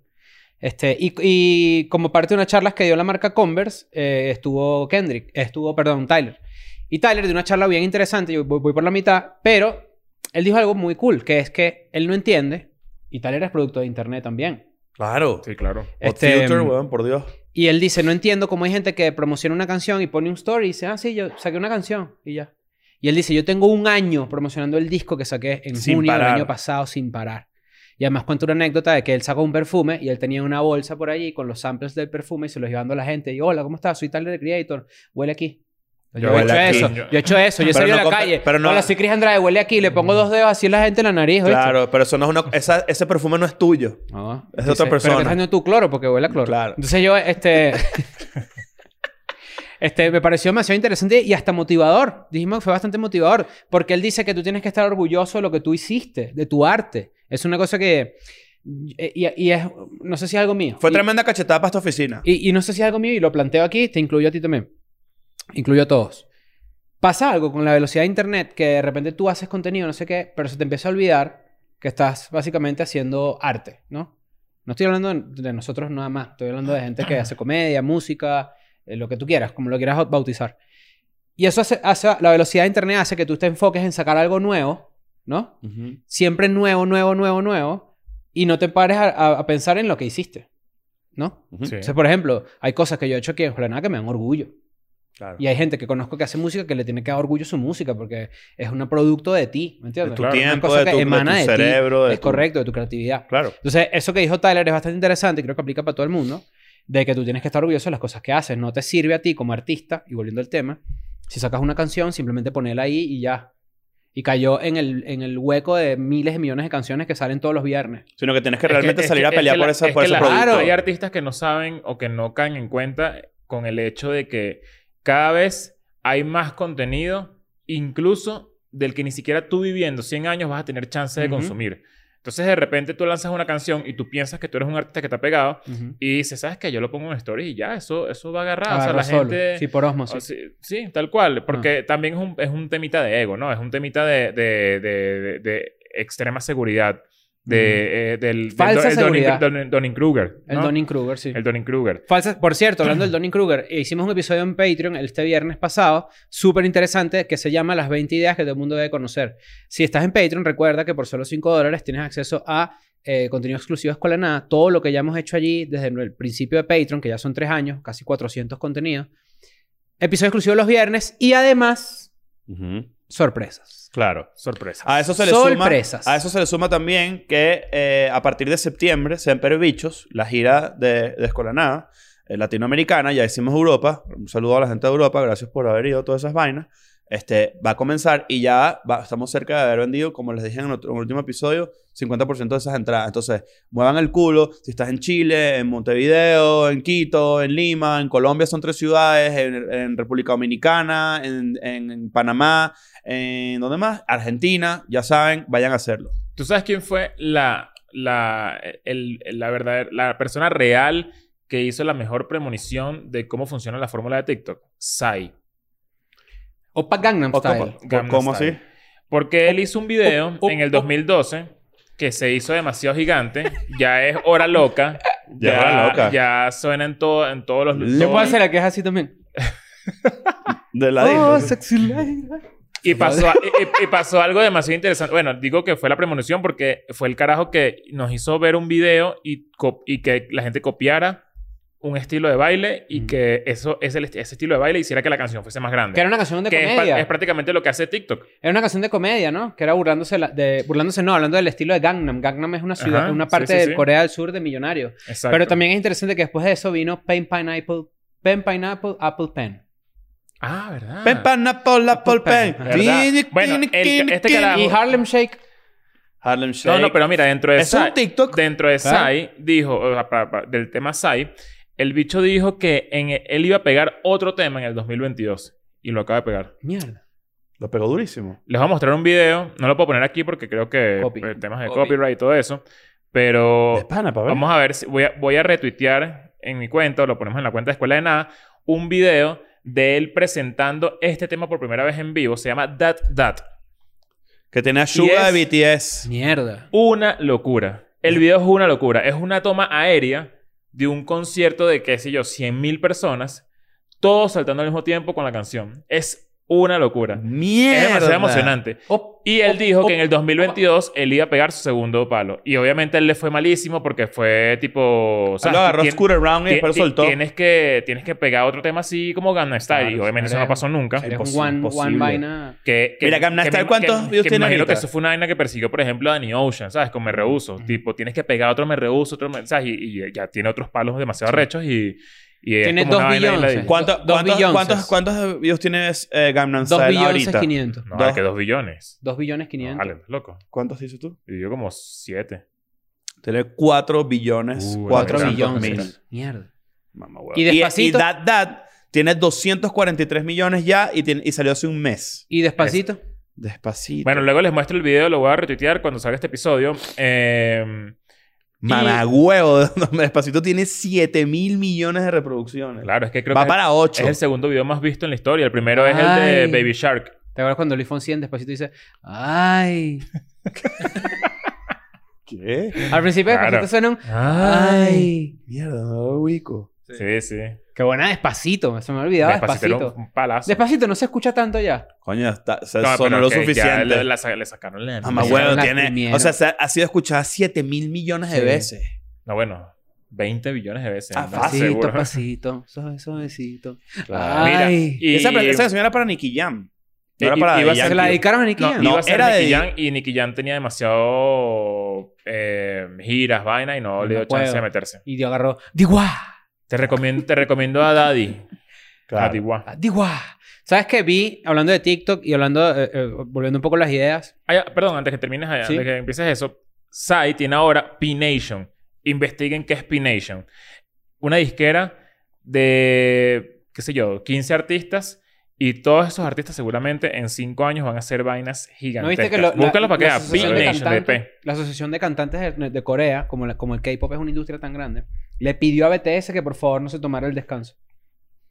[SPEAKER 4] Este, y, y como parte de unas charlas que dio la marca Converse, eh, estuvo Kendrick, estuvo, perdón, Tyler. Y Tyler dio una charla bien interesante, yo voy, voy por la mitad, pero él dijo algo muy cool, que es que él no entiende, y Tyler es producto de internet también.
[SPEAKER 3] Claro.
[SPEAKER 2] Sí, claro.
[SPEAKER 4] Este,
[SPEAKER 3] Future,
[SPEAKER 4] mm,
[SPEAKER 3] weón, por Dios.
[SPEAKER 4] Y él dice, no entiendo cómo hay gente que promociona una canción y pone un story y dice, ah, sí, yo saqué una canción y ya. Y él dice, yo tengo un año promocionando el disco que saqué en
[SPEAKER 3] Sin
[SPEAKER 4] junio
[SPEAKER 3] parar.
[SPEAKER 4] del año pasado sin parar. Y además cuenta una anécdota de que él sacó un perfume y él tenía una bolsa por allí con los samples del perfume y se los iba dando a la gente. Y, hola, ¿cómo estás? Soy Tyler, the Creator. Huele aquí. Yo,
[SPEAKER 2] Yo
[SPEAKER 4] he
[SPEAKER 3] huele
[SPEAKER 4] hecho
[SPEAKER 3] aquí.
[SPEAKER 4] eso.
[SPEAKER 2] Yo-
[SPEAKER 4] Yo he hecho eso. Yo he
[SPEAKER 3] Pero
[SPEAKER 4] salido
[SPEAKER 3] no
[SPEAKER 4] a la
[SPEAKER 3] compa-
[SPEAKER 4] calle.
[SPEAKER 3] pero no-
[SPEAKER 4] Hola, soy Chris Andrade. Huele aquí. Le pongo dos dedos así a la gente en la nariz. ¿oíste?
[SPEAKER 3] Claro, pero eso no es una. esa- ese perfume no es tuyo.
[SPEAKER 4] No.
[SPEAKER 3] Es de otra persona.
[SPEAKER 4] Dice, Pero que estás haciendo tu cloro porque huele a cloro.
[SPEAKER 3] Claro.
[SPEAKER 4] Entonces yo, este... este, me pareció demasiado interesante y hasta motivador. Dijimos que fue bastante motivador. Porque él dice que tú tienes que estar orgulloso de lo que tú hiciste, de tu arte. Es una cosa que... Y, y- y es... No sé si es algo mío.
[SPEAKER 3] Fue
[SPEAKER 4] Y-
[SPEAKER 3] tremenda cachetada para esta oficina.
[SPEAKER 4] y, y no sé si es algo mío y lo planteo aquí, te incluyo a ti también. Incluyo a todos. Pasa algo con la velocidad de internet que de repente tú haces contenido, no sé qué, pero se te empieza a olvidar que estás básicamente haciendo arte, ¿no? No estoy hablando de de nosotros nada más, estoy hablando de gente que hace comedia, música, eh, lo que tú quieras, como lo quieras bautizar. Y eso hace, hace- la velocidad de internet hace que tú te enfoques en sacar algo nuevo, ¿no?
[SPEAKER 3] Ujú.
[SPEAKER 4] Siempre nuevo, nuevo, nuevo, nuevo, y no te pares a- a- a pensar en lo que hiciste, ¿no?
[SPEAKER 3] Ujú.
[SPEAKER 2] Sí.
[SPEAKER 4] Entonces, por ejemplo, hay cosas que yo he hecho que, joder, nada, que me dan orgullo.
[SPEAKER 3] Claro.
[SPEAKER 4] Y hay gente que conozco que hace música que le tiene que dar orgullo su música porque es un producto de ti, ¿me
[SPEAKER 3] De
[SPEAKER 4] entiendes?
[SPEAKER 3] tu
[SPEAKER 2] Claro, una
[SPEAKER 3] tiempo,
[SPEAKER 4] cosa
[SPEAKER 3] de
[SPEAKER 4] que
[SPEAKER 3] tu, de
[SPEAKER 4] emana
[SPEAKER 3] tu
[SPEAKER 4] de ti.
[SPEAKER 3] cerebro. de
[SPEAKER 4] es
[SPEAKER 3] tu-
[SPEAKER 4] correcto, de tu creatividad.
[SPEAKER 3] Claro.
[SPEAKER 4] Entonces, eso que dijo Tyler es bastante interesante y creo que aplica para todo el mundo, de que tú tienes que estar orgulloso de las cosas que haces. No te sirve a ti como artista, y volviendo al tema, si sacas una canción, simplemente ponela ahí y ya. Y cayó en el, en el hueco de miles de millones de canciones que salen todos los viernes.
[SPEAKER 3] Sino que tienes que
[SPEAKER 2] Es
[SPEAKER 3] realmente
[SPEAKER 2] es
[SPEAKER 3] salir a
[SPEAKER 2] es
[SPEAKER 3] pelear
[SPEAKER 2] que
[SPEAKER 3] por,
[SPEAKER 2] la-
[SPEAKER 3] esa,
[SPEAKER 2] es
[SPEAKER 3] por
[SPEAKER 2] que
[SPEAKER 3] ese
[SPEAKER 2] la-
[SPEAKER 3] producto.
[SPEAKER 2] Hay artistas que no saben o que no caen en cuenta con el hecho de que cada vez hay más contenido, incluso del que ni siquiera tú viviendo 100 años vas a tener chance de
[SPEAKER 4] Ujú.
[SPEAKER 2] consumir. Entonces, de repente tú lanzas una canción y tú piensas que tú eres un artista que está pegado y dices, ¿sabes qué? Yo lo pongo en stories y ya, eso, eso va a agarrar. o
[SPEAKER 3] Ah,
[SPEAKER 2] sea,
[SPEAKER 4] Agarra
[SPEAKER 2] la
[SPEAKER 4] solo.
[SPEAKER 2] gente...
[SPEAKER 4] ¿Ah, Sí, Ah. por osmosis.
[SPEAKER 2] O sí, sí, tal cual. Porque también es un, es un temita de ego, ¿no? Es un temita de, de, de, de- de extrema seguridad. De, eh, del, del
[SPEAKER 4] Falsa
[SPEAKER 2] do- el Donning-
[SPEAKER 4] seguridad.
[SPEAKER 2] Donning- Donning-Kruger.
[SPEAKER 4] El
[SPEAKER 2] ¿no?
[SPEAKER 4] Donning Kruger, sí.
[SPEAKER 2] El Donning-Kruger.
[SPEAKER 4] Falsas, por cierto, hablando del Donning Kruger, hicimos un episodio en Patreon el- este viernes pasado, súper interesante, que se llama Las 20 ideas que todo el mundo debe conocer. Si estás en Patreon, recuerda que por solo 5 dólares tienes acceso a eh, contenido exclusivo de Escuela de Nada, todo lo que ya hemos hecho allí desde el principio de Patreon, que ya son 3 años, casi 400 contenidos. Episodio exclusivo los viernes y además
[SPEAKER 3] Ujú.
[SPEAKER 4] sorpresas.
[SPEAKER 3] Claro.
[SPEAKER 2] Sorpresa.
[SPEAKER 3] A eso se le
[SPEAKER 4] Sorpresas.
[SPEAKER 3] suma. A eso se le suma también que eh, a partir de septiembre, Semper Bichos, la gira de, de Escolanada, eh, latinoamericana, ya hicimos Europa. Un saludo a la gente de Europa, gracias por haber ido a todas esas vainas. Este, va a comenzar y ya va- estamos cerca de haber vendido, como les dije en, otro- en el último episodio, 50% de esas entradas. Entonces, muevan el culo. Si estás en Chile, en Montevideo, en Quito, en Lima, en Colombia son tres ciudades, en, en República Dominicana, en, en- en Panamá, en Eh, ¿dónde más? Argentina, ya saben, vayan a hacerlo.
[SPEAKER 2] ¿Tú sabes quién fue la, la, el- el- la, verdadera, la persona real que hizo la mejor premonición de cómo funciona la fórmula de TikTok? Sai.
[SPEAKER 4] Opa Gangnam
[SPEAKER 3] O
[SPEAKER 4] Style.
[SPEAKER 3] como-
[SPEAKER 2] Gangnam
[SPEAKER 3] ¿Cómo
[SPEAKER 2] Style.
[SPEAKER 3] así?
[SPEAKER 2] Porque él hizo un video
[SPEAKER 4] Oh,
[SPEAKER 2] en el 2012 que se hizo demasiado gigante. Ya es hora loca.
[SPEAKER 3] Ya es hora loca.
[SPEAKER 2] Ya suena en, todo, en todos los...
[SPEAKER 3] Le
[SPEAKER 2] todos-
[SPEAKER 4] Yo puedo hacer la que es así también.
[SPEAKER 3] De la
[SPEAKER 4] Oh, sexy lady.
[SPEAKER 2] y, pasó, y- y- y pasó algo demasiado interesante. Bueno, digo que fue la premonición porque fue el carajo que nos hizo ver un video y, co- y que la gente copiara un estilo de baile y
[SPEAKER 4] Mm.
[SPEAKER 2] que eso, ese, ese estilo de baile hiciera que la canción fuese más grande.
[SPEAKER 4] Que era una canción de
[SPEAKER 2] Que es,
[SPEAKER 4] comedia.
[SPEAKER 2] pa- es prácticamente lo que hace TikTok.
[SPEAKER 4] Era una canción de comedia, ¿no? Que era burlándose, la- de, burlándose no, hablando del estilo de Gangnam. Gangnam es una ciudad,
[SPEAKER 2] Ajá,
[SPEAKER 4] una
[SPEAKER 2] sí,
[SPEAKER 4] parte
[SPEAKER 2] sí,
[SPEAKER 4] de
[SPEAKER 2] sí.
[SPEAKER 4] Corea del Sur de millonarios.
[SPEAKER 2] Exacto.
[SPEAKER 4] Pero también es interesante que después de eso vino Pen Pineapple, Pen Pineapple, Apple Pen.
[SPEAKER 2] Ah, ¿verdad?
[SPEAKER 3] Pen, pan, apple, apple, pen.
[SPEAKER 2] ¿Verdad? Bueno, el- este carajo-
[SPEAKER 4] Y Harlem Shake.
[SPEAKER 3] Harlem
[SPEAKER 2] No,
[SPEAKER 3] Shake.
[SPEAKER 2] no, pero mira, dentro de
[SPEAKER 3] Es
[SPEAKER 2] Sai-
[SPEAKER 3] un TikTok.
[SPEAKER 2] Dentro de
[SPEAKER 4] Claro.
[SPEAKER 2] Sai, dijo, o sea, pa- pa- del tema Sai, el bicho dijo que en, él iba a pegar otro tema en el 2022 y lo acaba de pegar.
[SPEAKER 4] Mierda.
[SPEAKER 3] Lo pegó durísimo.
[SPEAKER 2] Les voy a mostrar un video, no lo puedo poner aquí porque creo que
[SPEAKER 4] Copy.
[SPEAKER 2] eh, temas de
[SPEAKER 5] Copy.
[SPEAKER 2] copyright y todo eso, pero
[SPEAKER 3] De pana, pa' ver.
[SPEAKER 2] Oh, vamos a ver, si, voy, a, voy a retuitear en mi cuenta, o lo ponemos en la cuenta de Escuela de Nada, un video de él presentando este tema por primera vez en vivo, se llama That That.
[SPEAKER 3] Que tiene a
[SPEAKER 2] Y
[SPEAKER 3] Suga
[SPEAKER 2] es-
[SPEAKER 3] de BTS.
[SPEAKER 4] Mierda.
[SPEAKER 2] Una locura. El video es una locura. Es una toma aérea de un concierto de, qué sé yo, 100.000 personas, todos saltando al mismo tiempo con la canción. Es una locura.
[SPEAKER 3] Mierda.
[SPEAKER 2] Es demasiado emocionante.
[SPEAKER 4] Oh.
[SPEAKER 2] Y él dijo que en el 2022 él iba a pegar su segundo palo. Y obviamente él le fue malísimo porque fue tipo... O sea,
[SPEAKER 3] lo agarró
[SPEAKER 2] tien-
[SPEAKER 3] Scooter Brown y
[SPEAKER 2] tien-
[SPEAKER 3] después lo
[SPEAKER 2] tien-
[SPEAKER 3] soltó.
[SPEAKER 2] Tienes que, tienes que pegar otro tema así como Gangnam Style.
[SPEAKER 4] Claro,
[SPEAKER 2] y obviamente eso
[SPEAKER 4] claro.
[SPEAKER 2] no pasó nunca.
[SPEAKER 3] Sí.
[SPEAKER 4] Eres un
[SPEAKER 3] Imposible.
[SPEAKER 4] one, one vaina.
[SPEAKER 2] Que, que-
[SPEAKER 3] Mira, Gangnam
[SPEAKER 2] que
[SPEAKER 3] Style,
[SPEAKER 2] me-
[SPEAKER 3] ¿cuántos
[SPEAKER 2] que-
[SPEAKER 3] views
[SPEAKER 2] que
[SPEAKER 3] tiene
[SPEAKER 2] me imagino
[SPEAKER 3] ahorita?
[SPEAKER 2] que eso fue una vaina que persiguió, por ejemplo, a Danny Ocean, ¿sabes? Con Me Rehuso.
[SPEAKER 4] Ujú.
[SPEAKER 2] Tipo, tienes que pegar otro Me Rehuso, otro... Me- ¿Sabes? Y, y ya tiene otros palos demasiado rechos y... y es
[SPEAKER 4] Tiene
[SPEAKER 2] como una
[SPEAKER 4] dos
[SPEAKER 2] vaina ahí la
[SPEAKER 4] billones.
[SPEAKER 2] di-
[SPEAKER 3] ¿Cuánto-
[SPEAKER 4] Dos
[SPEAKER 3] cuántos,
[SPEAKER 4] billones.
[SPEAKER 3] cuántos, ¿Cuántos videos tienes eh, Gangnam
[SPEAKER 4] 2
[SPEAKER 3] Style
[SPEAKER 4] billones
[SPEAKER 3] ahorita?
[SPEAKER 4] 500.
[SPEAKER 2] No,
[SPEAKER 3] Dos.
[SPEAKER 2] vale, que dos billones.
[SPEAKER 4] 2 billones
[SPEAKER 2] No,
[SPEAKER 4] 500.
[SPEAKER 2] vale, loco.
[SPEAKER 3] ¿Cuántos dices tú?
[SPEAKER 2] Y yo como siete.
[SPEAKER 3] Tiene 4 billones.
[SPEAKER 2] Uh,
[SPEAKER 3] 4
[SPEAKER 2] 4
[SPEAKER 3] billones.
[SPEAKER 4] billones. Mierda.
[SPEAKER 3] Mamá, huevo.
[SPEAKER 4] Y Despacito.
[SPEAKER 3] Y, Dad Dad tiene 243 millones ya y, tiene- y salió hace un mes.
[SPEAKER 4] Y despacito.
[SPEAKER 3] Despacito.
[SPEAKER 2] Bueno, luego les muestro el video, lo voy a retuitear cuando salga este episodio. Eh,
[SPEAKER 3] Mamagüevo. Despacito tiene 7 mil millones de reproducciones.
[SPEAKER 2] claro, es que creo
[SPEAKER 3] Va
[SPEAKER 2] que
[SPEAKER 3] para
[SPEAKER 2] es,
[SPEAKER 3] 8.
[SPEAKER 2] es el segundo video más visto en la historia. El primero es
[SPEAKER 4] Ay.
[SPEAKER 2] el de Baby Shark.
[SPEAKER 4] ¿Te acuerdas cuando Luis Fonsi en despacito dice, ay?
[SPEAKER 3] ¿Qué?
[SPEAKER 4] Al principio
[SPEAKER 2] Claro.
[SPEAKER 4] despacito suena un,
[SPEAKER 2] Ay.
[SPEAKER 4] ay.
[SPEAKER 3] Mierda, no, Wico.
[SPEAKER 2] Sí, sí.
[SPEAKER 4] Qué buena despacito. Se me olvidaba
[SPEAKER 2] Despacito era
[SPEAKER 4] despacito.
[SPEAKER 2] un palazo.
[SPEAKER 4] Despacito no se escucha tanto ya.
[SPEAKER 3] Coño, está, o sea,
[SPEAKER 2] No,
[SPEAKER 3] sonó
[SPEAKER 2] pero
[SPEAKER 3] Ah, lo
[SPEAKER 2] que ya
[SPEAKER 3] suficiente. Ah,
[SPEAKER 2] le, la sa- le sacaron la...
[SPEAKER 3] Mamá,
[SPEAKER 4] Sí,
[SPEAKER 3] huevo,
[SPEAKER 4] la
[SPEAKER 3] tiene.
[SPEAKER 4] primera.
[SPEAKER 3] O sea, se ha, ha sido escuchada 7 mil millones de
[SPEAKER 4] Sí.
[SPEAKER 3] veces.
[SPEAKER 2] No, bueno. 20 billones de veces.
[SPEAKER 3] Ah,
[SPEAKER 2] no,
[SPEAKER 3] fácil,
[SPEAKER 4] Pasito,
[SPEAKER 2] seguro.
[SPEAKER 4] pasito, suave, suavecito.
[SPEAKER 2] Claro. Mira,
[SPEAKER 4] Ay.
[SPEAKER 2] y-
[SPEAKER 3] Esa, esa canción era para Nicky Jam. No era
[SPEAKER 2] Y-
[SPEAKER 3] para
[SPEAKER 2] y- iba a
[SPEAKER 3] Daddy
[SPEAKER 2] ser
[SPEAKER 4] ¿Se
[SPEAKER 3] Yankee.
[SPEAKER 4] la dedicaron a Nicky
[SPEAKER 2] No,
[SPEAKER 4] Jam?
[SPEAKER 2] iba
[SPEAKER 3] No,
[SPEAKER 2] a ser
[SPEAKER 3] era
[SPEAKER 2] Nicky
[SPEAKER 3] de-
[SPEAKER 2] Jam y Nicky Jam tenía demasiado eh, giras, vaina y no,
[SPEAKER 4] No
[SPEAKER 2] le dio
[SPEAKER 4] puedo.
[SPEAKER 2] chance de meterse.
[SPEAKER 4] Y yo agarró, Digua,
[SPEAKER 2] Te recomiendo, te recomiendo a Daddy. A Daddy Wa.
[SPEAKER 4] Digua. ¿Sabes qué vi, hablando de TikTok y hablando, eh, eh, volviendo un poco a las ideas?
[SPEAKER 2] Ah, ya, perdón, antes que termines, allá,
[SPEAKER 4] Sí.
[SPEAKER 2] antes que empieces eso, Sai tiene ahora P-Nation. Investiguen qué es P-Nation. Una disquera de, qué sé yo, 15 artistas. Y todos esos artistas seguramente en 5 años van a hacer vainas
[SPEAKER 4] ¿No
[SPEAKER 2] gigantescas.
[SPEAKER 4] viste que lo, la-
[SPEAKER 2] Búscalo para que
[SPEAKER 4] la
[SPEAKER 2] veas.
[SPEAKER 4] asociación de
[SPEAKER 2] P-Nation de
[SPEAKER 4] cantantes-
[SPEAKER 2] P.
[SPEAKER 4] La asociación de cantantes de, de Corea, como, la- como el K-pop es una industria tan grande, le pidió a BTS que por favor no se tomara el descanso.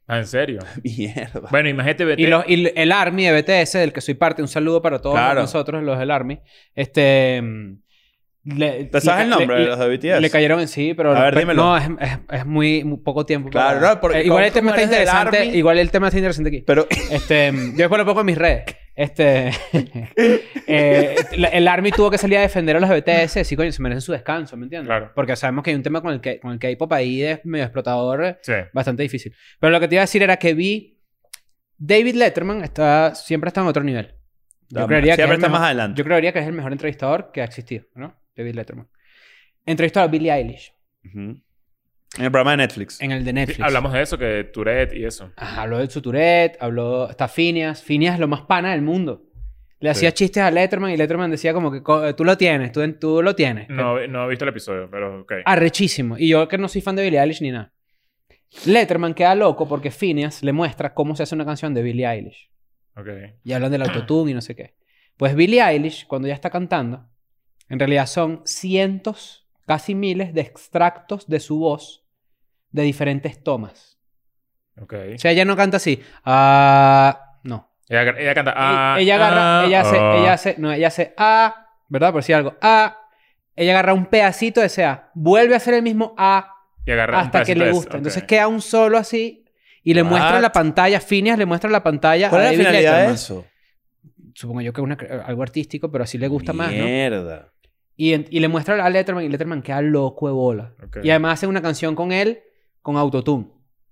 [SPEAKER 2] Ah, en serio.
[SPEAKER 3] Mierda.
[SPEAKER 2] Bueno, imagínate, BT.
[SPEAKER 4] Y, los- y el Army de BTS, del que soy parte, un saludo para todos
[SPEAKER 3] Claro.
[SPEAKER 4] nosotros, los del Army. Este. mm, le-
[SPEAKER 3] ¿Te sabes
[SPEAKER 4] le-
[SPEAKER 3] el nombre
[SPEAKER 4] le-
[SPEAKER 3] de los de BTS?
[SPEAKER 4] Le cayeron en sí, pero...
[SPEAKER 3] A ver,
[SPEAKER 4] pero-
[SPEAKER 3] dímelo.
[SPEAKER 4] No, es, es- es muy, muy poco tiempo.
[SPEAKER 3] Claro,
[SPEAKER 4] para-
[SPEAKER 3] no, porque
[SPEAKER 4] Eh, igual el
[SPEAKER 3] como tú
[SPEAKER 4] tema está
[SPEAKER 3] eres del
[SPEAKER 4] interesante.
[SPEAKER 3] Army-
[SPEAKER 4] Igual el tema está interesante aquí.
[SPEAKER 3] Pero
[SPEAKER 4] Este, mm, yo después lo pongo en mis redes. Este, eh, la- el Army tuvo que salir a defender a los BTS. Sí, coño, se merecen su descanso, ¿me entiendes?
[SPEAKER 2] Claro.
[SPEAKER 4] Porque sabemos que hay un tema con el, que, con el K-pop ahí de medio explotador eh,
[SPEAKER 2] Sí.
[SPEAKER 4] bastante difícil. Pero lo que te iba a decir era que vi... David Letterman está, siempre está en otro nivel. Yo creería que es
[SPEAKER 3] siempre
[SPEAKER 4] el
[SPEAKER 3] está
[SPEAKER 4] mejor-
[SPEAKER 3] más adelante.
[SPEAKER 4] yo creería que es el mejor entrevistador que ha existido, ¿no? David Letterman. Entrevistó a Billie Eilish
[SPEAKER 3] Ujú. En el programa de Netflix.
[SPEAKER 4] en el de Netflix.
[SPEAKER 2] Hablamos de eso, que Tourette y eso.
[SPEAKER 4] Ajá, habló de su Tourette, habló... Está Phineas. Phineas es lo más pana del mundo. Le hacía chistes a Letterman y Letterman decía como que "Co- tú lo tienes, tú, tú lo tienes.
[SPEAKER 2] No, no he visto el episodio, pero ok.
[SPEAKER 4] Ah. Arrechísimo. Y yo que no soy fan de Billie Eilish ni nada. Letterman queda loco porque Phineas le muestra cómo se hace una canción de Billie Eilish.
[SPEAKER 2] Ok.
[SPEAKER 4] Y hablan del autotune y no sé qué. Pues Billie Eilish, cuando ya está cantando, en realidad son cientos, casi miles de extractos de su voz de diferentes tomas.
[SPEAKER 2] Ok.
[SPEAKER 4] O sea, ella no canta así. Ah, no.
[SPEAKER 2] Ella, ella canta. ah,
[SPEAKER 4] ella agarra,
[SPEAKER 2] ah,
[SPEAKER 4] ella hace,
[SPEAKER 2] ah.
[SPEAKER 4] ella hace, no, ella hace ah, ¿verdad? Por decir algo. Ah. Ella agarra un pedacito de ese A, vuelve a hacer el mismo A
[SPEAKER 2] oh, Y agarra un
[SPEAKER 4] hasta que
[SPEAKER 2] pedacito
[SPEAKER 4] le
[SPEAKER 2] de eso.
[SPEAKER 4] gusta.
[SPEAKER 2] Ok.
[SPEAKER 4] Entonces queda un solo así y le muestra
[SPEAKER 3] What?
[SPEAKER 4] la pantalla, Phineas le muestra la pantalla
[SPEAKER 3] ¿Cuál
[SPEAKER 4] a
[SPEAKER 3] es la
[SPEAKER 4] David
[SPEAKER 3] finalidad de
[SPEAKER 4] Letterman.
[SPEAKER 3] eso?
[SPEAKER 4] Supongo yo que una- algo artístico, pero así le gusta más, ¿no?
[SPEAKER 3] Mierda.
[SPEAKER 4] Y, en- y le muestra a Letterman y Letterman queda loco de bola.
[SPEAKER 2] Ok.
[SPEAKER 4] Y además hace una canción con él con autotune.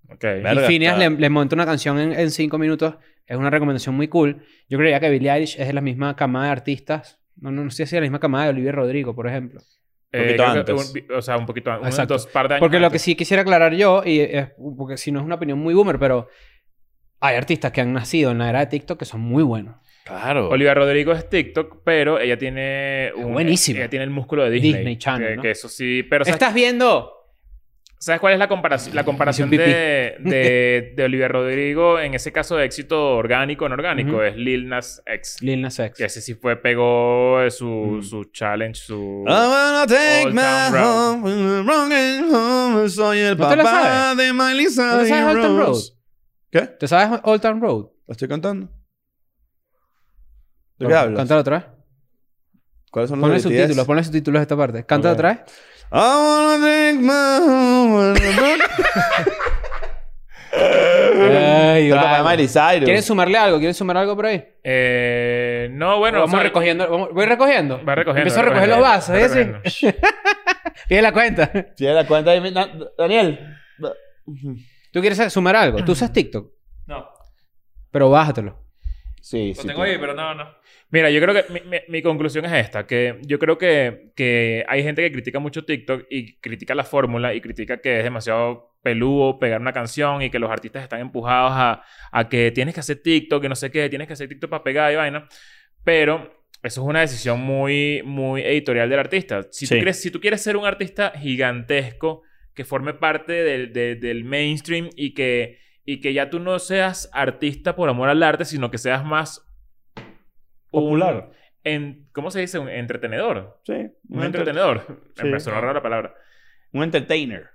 [SPEAKER 2] Ok.
[SPEAKER 3] Verga,
[SPEAKER 4] y Phineas
[SPEAKER 3] está-
[SPEAKER 4] le, le monta una canción en, en cinco minutos. Es una recomendación muy cool. Yo creía que Billie Eilish es de la misma camada de artistas. No, no, no sé si es de la misma camada de Olivia Rodrigo, por ejemplo.
[SPEAKER 3] poquito
[SPEAKER 2] Eh, creo que
[SPEAKER 3] antes.
[SPEAKER 2] un- o sea, un poquito antes. Unos
[SPEAKER 4] Exacto.
[SPEAKER 2] dos par de años
[SPEAKER 4] Porque lo que
[SPEAKER 2] antes.
[SPEAKER 4] sí quisiera aclarar yo, y es, porque si no es una opinión muy boomer, pero hay artistas que han nacido en la era de TikTok que son muy buenos.
[SPEAKER 3] Claro.
[SPEAKER 2] Olivia Rodrigo es TikTok, pero ella tiene... un-
[SPEAKER 4] buenísima.
[SPEAKER 2] Ella tiene el músculo de Disney.
[SPEAKER 4] Disney Channel,
[SPEAKER 2] Que,
[SPEAKER 4] ¿no?
[SPEAKER 2] que eso sí... Pero ¿sabes,
[SPEAKER 4] ¿Estás viendo?
[SPEAKER 2] ¿sabes cuál es la comparación, la comparación
[SPEAKER 4] Hice un pipí.
[SPEAKER 2] de, de, de Olivia Rodrigo en ese caso de éxito orgánico o inorgánico?
[SPEAKER 4] Ujú.
[SPEAKER 2] Es Lil Nas X.
[SPEAKER 4] Lil Nas X.
[SPEAKER 2] Que ese sí fue... Pegó eh, su,
[SPEAKER 3] Mm.
[SPEAKER 2] su challenge, su...
[SPEAKER 3] I'm
[SPEAKER 4] Ah.
[SPEAKER 3] gonna take
[SPEAKER 2] Old
[SPEAKER 3] my
[SPEAKER 2] Town Road.
[SPEAKER 3] home, I'm running home, soy el
[SPEAKER 4] ¿No te la
[SPEAKER 3] papá
[SPEAKER 4] sabes?
[SPEAKER 3] de Miley
[SPEAKER 4] ¿No te
[SPEAKER 3] Cyrus.
[SPEAKER 4] sabes Old Town Road?
[SPEAKER 3] ¿Qué?
[SPEAKER 4] ¿Te sabes Old Town Road?
[SPEAKER 3] ¿Lo estoy cantando? ¿De qué hablas?
[SPEAKER 4] Cántalo otra vez.
[SPEAKER 3] ¿Cuáles son los
[SPEAKER 4] Ponle
[SPEAKER 3] de BTS?
[SPEAKER 4] subtítulos, ponle subtítulos a esta parte. Cántalo
[SPEAKER 3] Ok.
[SPEAKER 4] otra vez.
[SPEAKER 3] I wanna take my home.
[SPEAKER 4] Eh, Ay,
[SPEAKER 3] El papá de
[SPEAKER 4] vale.
[SPEAKER 3] Miley Cyrus.
[SPEAKER 4] ¿Quieren sumarle algo? ¿Quieren sumar algo por ahí?
[SPEAKER 2] Eh, no, bueno.
[SPEAKER 4] vamos
[SPEAKER 2] o sea,
[SPEAKER 4] recogiendo. vamos- voy recogiendo.
[SPEAKER 2] Va recogiendo.
[SPEAKER 4] Empiezo a
[SPEAKER 2] va
[SPEAKER 4] recoger los vasos,
[SPEAKER 2] va
[SPEAKER 4] ¿eh? Sí.
[SPEAKER 2] recogiendo.
[SPEAKER 4] Pide la cuenta.
[SPEAKER 3] Tiene la cuenta ahí. Na- Daniel.
[SPEAKER 4] ¿Tú quieres sumar algo? Tú usas TikTok,
[SPEAKER 5] No.
[SPEAKER 4] pero bájatelo.
[SPEAKER 3] Sí,
[SPEAKER 5] Lo
[SPEAKER 3] sí.
[SPEAKER 5] tengo ahí, pero no, no.
[SPEAKER 2] Mira, yo creo que mi, mi- mi conclusión es esta, que yo creo que, que hay gente que critica mucho TikTok y critica la fórmula y critica que es demasiado peludo pegar una canción y que los artistas están empujados a, a que tienes que hacer TikTok, que no sé qué, tienes que hacer TikTok para pegar y vaina. Pero eso es una decisión muy, muy editorial del artista. Si,
[SPEAKER 3] Sí.
[SPEAKER 2] tú, quieres, si tú quieres ser un artista gigantesco que forme parte del, de- del mainstream y que, y que ya tú no seas artista por amor al arte, sino que seas más... un-
[SPEAKER 3] Popular.
[SPEAKER 2] en, ¿Cómo se dice? Un entretenedor.
[SPEAKER 3] Sí.
[SPEAKER 2] Un,
[SPEAKER 3] Un, enter-
[SPEAKER 2] entretenedor.
[SPEAKER 3] sí.
[SPEAKER 2] Me empezó a raro la palabra.
[SPEAKER 3] un entertainer.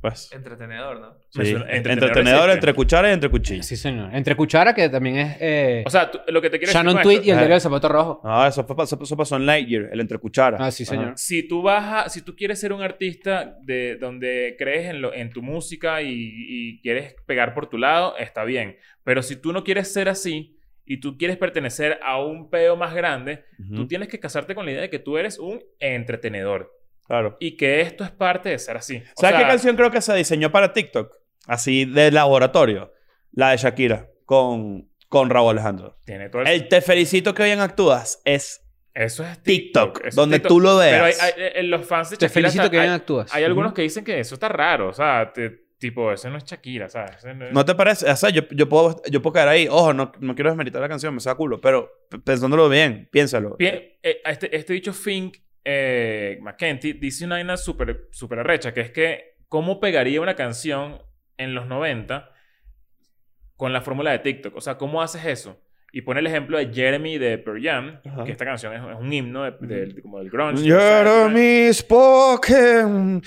[SPEAKER 3] Pues.
[SPEAKER 5] Entretenedor, ¿no?
[SPEAKER 2] Me
[SPEAKER 3] sí.
[SPEAKER 2] suena-
[SPEAKER 3] Entretenedor,
[SPEAKER 2] existe.
[SPEAKER 3] entre cucharas y entre cuchillas.
[SPEAKER 4] Sí, señor. Entre cuchara, que también es eh,
[SPEAKER 2] O sea, tú- lo que te quiero
[SPEAKER 4] Shannon
[SPEAKER 2] decir. con
[SPEAKER 4] Tweet
[SPEAKER 2] esto-
[SPEAKER 4] y el
[SPEAKER 3] Ajá.
[SPEAKER 4] diario del zapato rojo.
[SPEAKER 3] Ah, eso, fue, pa- eso, eso pasó en Lightyear, el entre cucharas.
[SPEAKER 4] Ah, sí, señor.
[SPEAKER 2] Si tú vas a- si tú quieres ser un artista de donde crees en, lo- en tu música y, y quieres pegar por tu lado, está bien. Pero si tú no quieres ser así y tú quieres pertenecer a un peo más grande,
[SPEAKER 3] Ujú,
[SPEAKER 2] tú tienes que casarte con la idea de que tú eres un entretenedor
[SPEAKER 3] Claro.
[SPEAKER 2] y que esto es parte de ser así. O
[SPEAKER 3] ¿Sabes
[SPEAKER 2] sea,
[SPEAKER 3] qué canción creo que se diseñó para TikTok? Así de laboratorio. La de Shakira con, con Raúl Alejandro.
[SPEAKER 2] Tiene todo el,
[SPEAKER 3] El Te felicito que bien actúas es
[SPEAKER 2] Eso es
[SPEAKER 3] TikTok,
[SPEAKER 2] eso es
[SPEAKER 3] donde
[SPEAKER 2] TikTok.
[SPEAKER 3] tú lo
[SPEAKER 2] Pero hay,
[SPEAKER 3] veas.
[SPEAKER 2] hay- en los fans de
[SPEAKER 4] Te
[SPEAKER 2] Shakira
[SPEAKER 4] felicito
[SPEAKER 2] está-
[SPEAKER 4] que bien
[SPEAKER 2] hay,
[SPEAKER 4] actúas.
[SPEAKER 2] hay algunos que dicen que eso está raro, o sea, te- tipo, eso no es Shakira, ¿sabes? Ese no es-
[SPEAKER 3] ¿No te parece? O sea, yo, yo, puedo, yo puedo caer ahí. Ojo, no, no quiero desmeritar la canción, me saca culo. Pero p- pensándolo bien, piénsalo.
[SPEAKER 2] Bien, eh, a este, este dicho Fink eh, McKenty dice una vaina súper super arrecha, que es que cómo pegaría una canción en los 90 con la fórmula de TikTok. O sea, ¿cómo haces eso? Y pone el ejemplo de Jeremy de Pearl Jam,
[SPEAKER 3] Ajá.
[SPEAKER 2] que esta canción es, es un himno de- del- como del grunge.
[SPEAKER 3] Jeremy Spoken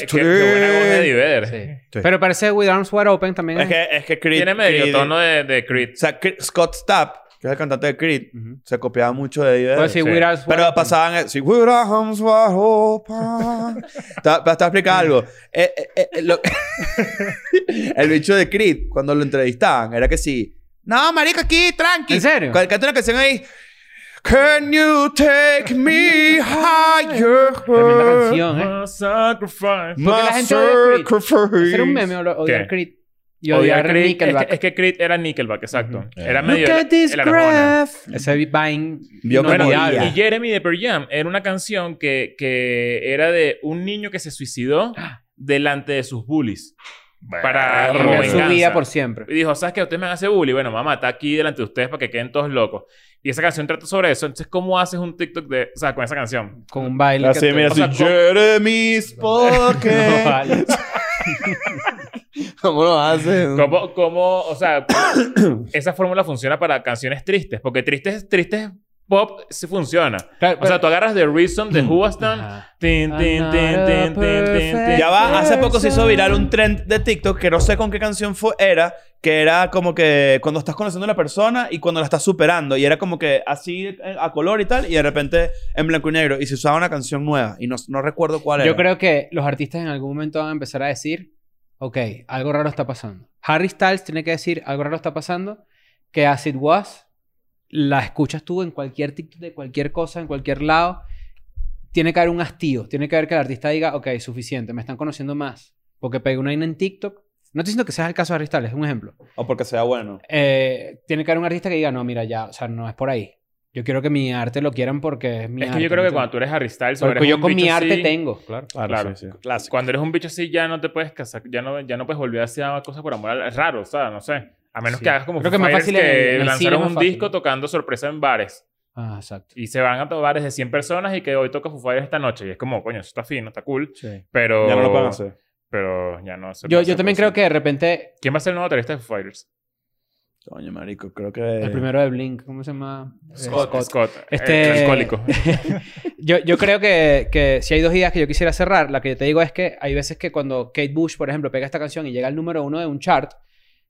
[SPEAKER 2] Qué
[SPEAKER 3] Chris
[SPEAKER 2] qué- qué buena voz de Eddie Vedder.
[SPEAKER 3] Sí.
[SPEAKER 4] Pero parece With Arms Wide Open también.
[SPEAKER 3] Es que, es que Creed.
[SPEAKER 2] Tiene medio
[SPEAKER 3] Creed-
[SPEAKER 2] tono de, de
[SPEAKER 3] O
[SPEAKER 2] Creed.
[SPEAKER 3] sea, Cre- Scott Stapp, que es el cantante de Creed,
[SPEAKER 4] Ujú.
[SPEAKER 3] se copiaba mucho de Eddie Vedder.
[SPEAKER 4] Puedo decir
[SPEAKER 2] Sí.
[SPEAKER 4] With Arms pues, Wide
[SPEAKER 3] Pero
[SPEAKER 4] Open.
[SPEAKER 3] pasaban así. "With our arms wide open". Te te voy a explicar algo. Eh, eh, eh, lo- el bicho de Creed, cuando lo entrevistaban, era que sí. No, marico, aquí, tranqui.
[SPEAKER 4] ¿En serio?
[SPEAKER 3] Cuando canta una canción ahí. Can you take me higher?
[SPEAKER 4] Tremenda canción, ¿eh?
[SPEAKER 2] My sacrifice.
[SPEAKER 3] My
[SPEAKER 4] Porque la gente odia Creed.
[SPEAKER 3] sacrifice.
[SPEAKER 4] Hacer un meme o lo- odiar
[SPEAKER 2] ¿Qué?
[SPEAKER 4] Creed. Y
[SPEAKER 2] Odiar
[SPEAKER 4] odiar
[SPEAKER 2] Creed, es que-
[SPEAKER 4] Nickelback.
[SPEAKER 2] Es, que Creed era Nickelback, exacto.
[SPEAKER 3] Ujú.
[SPEAKER 2] Era medio
[SPEAKER 4] Look
[SPEAKER 2] el-
[SPEAKER 4] at this
[SPEAKER 2] el Arjona.
[SPEAKER 4] graph. Ese Vine.
[SPEAKER 3] Vio
[SPEAKER 4] no
[SPEAKER 3] que
[SPEAKER 4] es
[SPEAKER 2] Bueno,
[SPEAKER 3] moría.
[SPEAKER 4] viable.
[SPEAKER 2] y Jeremy de Pearl Jam era una canción que, que era de un niño que se suicidó delante de sus bullies. Para
[SPEAKER 4] Cambió
[SPEAKER 2] como
[SPEAKER 4] su
[SPEAKER 2] venganza.
[SPEAKER 4] vida por siempre.
[SPEAKER 2] Y dijo, ¿sabes qué? Ustedes me van a hacer bully. Bueno, mamá, está aquí delante de ustedes para que queden todos locos. Y esa canción trata sobre eso. Entonces, ¿cómo haces un TikTok de, o sea, con esa canción?
[SPEAKER 4] Con un baile.
[SPEAKER 3] Así,
[SPEAKER 4] que-
[SPEAKER 3] mira,
[SPEAKER 2] O sea,
[SPEAKER 3] así,
[SPEAKER 2] con-
[SPEAKER 3] Jeremy Spoken.
[SPEAKER 4] No, vale.
[SPEAKER 3] ¿Cómo lo hacen?
[SPEAKER 2] ¿Cómo, cómo o sea, esa fórmula funciona para canciones tristes? Porque tristes, tristes pop sí funciona.
[SPEAKER 4] Claro,
[SPEAKER 2] O sea, tú agarras The Reason de Who Was Done.
[SPEAKER 4] Mm. Ajá.
[SPEAKER 2] Tin, tin, tin, tin, tin, tin, tin.
[SPEAKER 3] Ya va, hace poco se hizo viral un trend de TikTok que no sé con qué canción fue, era, que era como que cuando estás conociendo a la persona y cuando la estás superando, y era como que así eh, a color y tal, y de repente en blanco y negro, y se usaba una canción nueva, y no, no recuerdo cuál era.
[SPEAKER 4] Yo creo que los artistas en algún momento van a empezar a decir, ok, algo raro está pasando. Harry Styles tiene que decir, algo raro está pasando, que As It Was la escuchas tú en cualquier TikTok, de cualquier cosa, en cualquier lado. Tiene que haber un hastío, tiene que haber que el artista diga, ok, suficiente, me están conociendo más. Porque pegué una vaina en TikTok. No estoy diciendo que sea el caso de Harry Styles, es un ejemplo.
[SPEAKER 3] O porque sea bueno.
[SPEAKER 4] Eh, tiene que haber un artista que diga, no, mira, ya, o sea, no es por ahí. Yo quiero que mi arte lo quieran porque es mi
[SPEAKER 2] Es que
[SPEAKER 4] arte,
[SPEAKER 2] yo creo que
[SPEAKER 4] ¿me
[SPEAKER 2] cuando tú eres Harry Styles,
[SPEAKER 4] entiendes?
[SPEAKER 2] o
[SPEAKER 4] Porque
[SPEAKER 2] eres
[SPEAKER 4] yo
[SPEAKER 2] un
[SPEAKER 4] con mi
[SPEAKER 2] bicho
[SPEAKER 4] arte
[SPEAKER 2] así-
[SPEAKER 4] tengo, claro.
[SPEAKER 2] Claro. sí,
[SPEAKER 3] Clásico.
[SPEAKER 2] Cuando eres un bicho así, ya no te puedes casar, ya no, ya no puedes volver a hacer cosas por amor. al- Es raro, o sea, no sé. A menos
[SPEAKER 4] Sí.
[SPEAKER 2] que hagas como
[SPEAKER 4] Creo que
[SPEAKER 2] Foo
[SPEAKER 4] más
[SPEAKER 2] Fighters
[SPEAKER 4] fácil en- en el cine es
[SPEAKER 2] lanzaron
[SPEAKER 4] más
[SPEAKER 2] un
[SPEAKER 4] fácil,
[SPEAKER 2] disco
[SPEAKER 4] ¿no?
[SPEAKER 2] tocando sorpresa en bares.
[SPEAKER 4] Ah, exacto.
[SPEAKER 2] Y se van a to- bares de 100 personas y que hoy toca Foo Fighters esta noche. Y es como, coño, eso está fino, está cool. Pero...
[SPEAKER 3] Ya no lo pueden hacer.
[SPEAKER 2] Pero ya no se
[SPEAKER 4] Yo,
[SPEAKER 2] puede
[SPEAKER 4] yo
[SPEAKER 2] hacer,
[SPEAKER 4] también
[SPEAKER 2] pues,
[SPEAKER 4] creo
[SPEAKER 2] sí.
[SPEAKER 4] que de repente
[SPEAKER 2] ¿Quién va a ser el nuevo baterista de Foo Fighters?
[SPEAKER 3] Coño, marico, creo que...
[SPEAKER 4] el primero de Blink, ¿cómo se llama? Eh,
[SPEAKER 5] Scott.
[SPEAKER 2] Eh, Scott.
[SPEAKER 4] Este-
[SPEAKER 2] El, alcohólico.
[SPEAKER 4] Yo, yo creo que, que si hay dos ideas que yo quisiera cerrar, la que yo te digo es que hay veces que cuando Kate Bush, por ejemplo, pega esta canción y llega al número uno de un chart,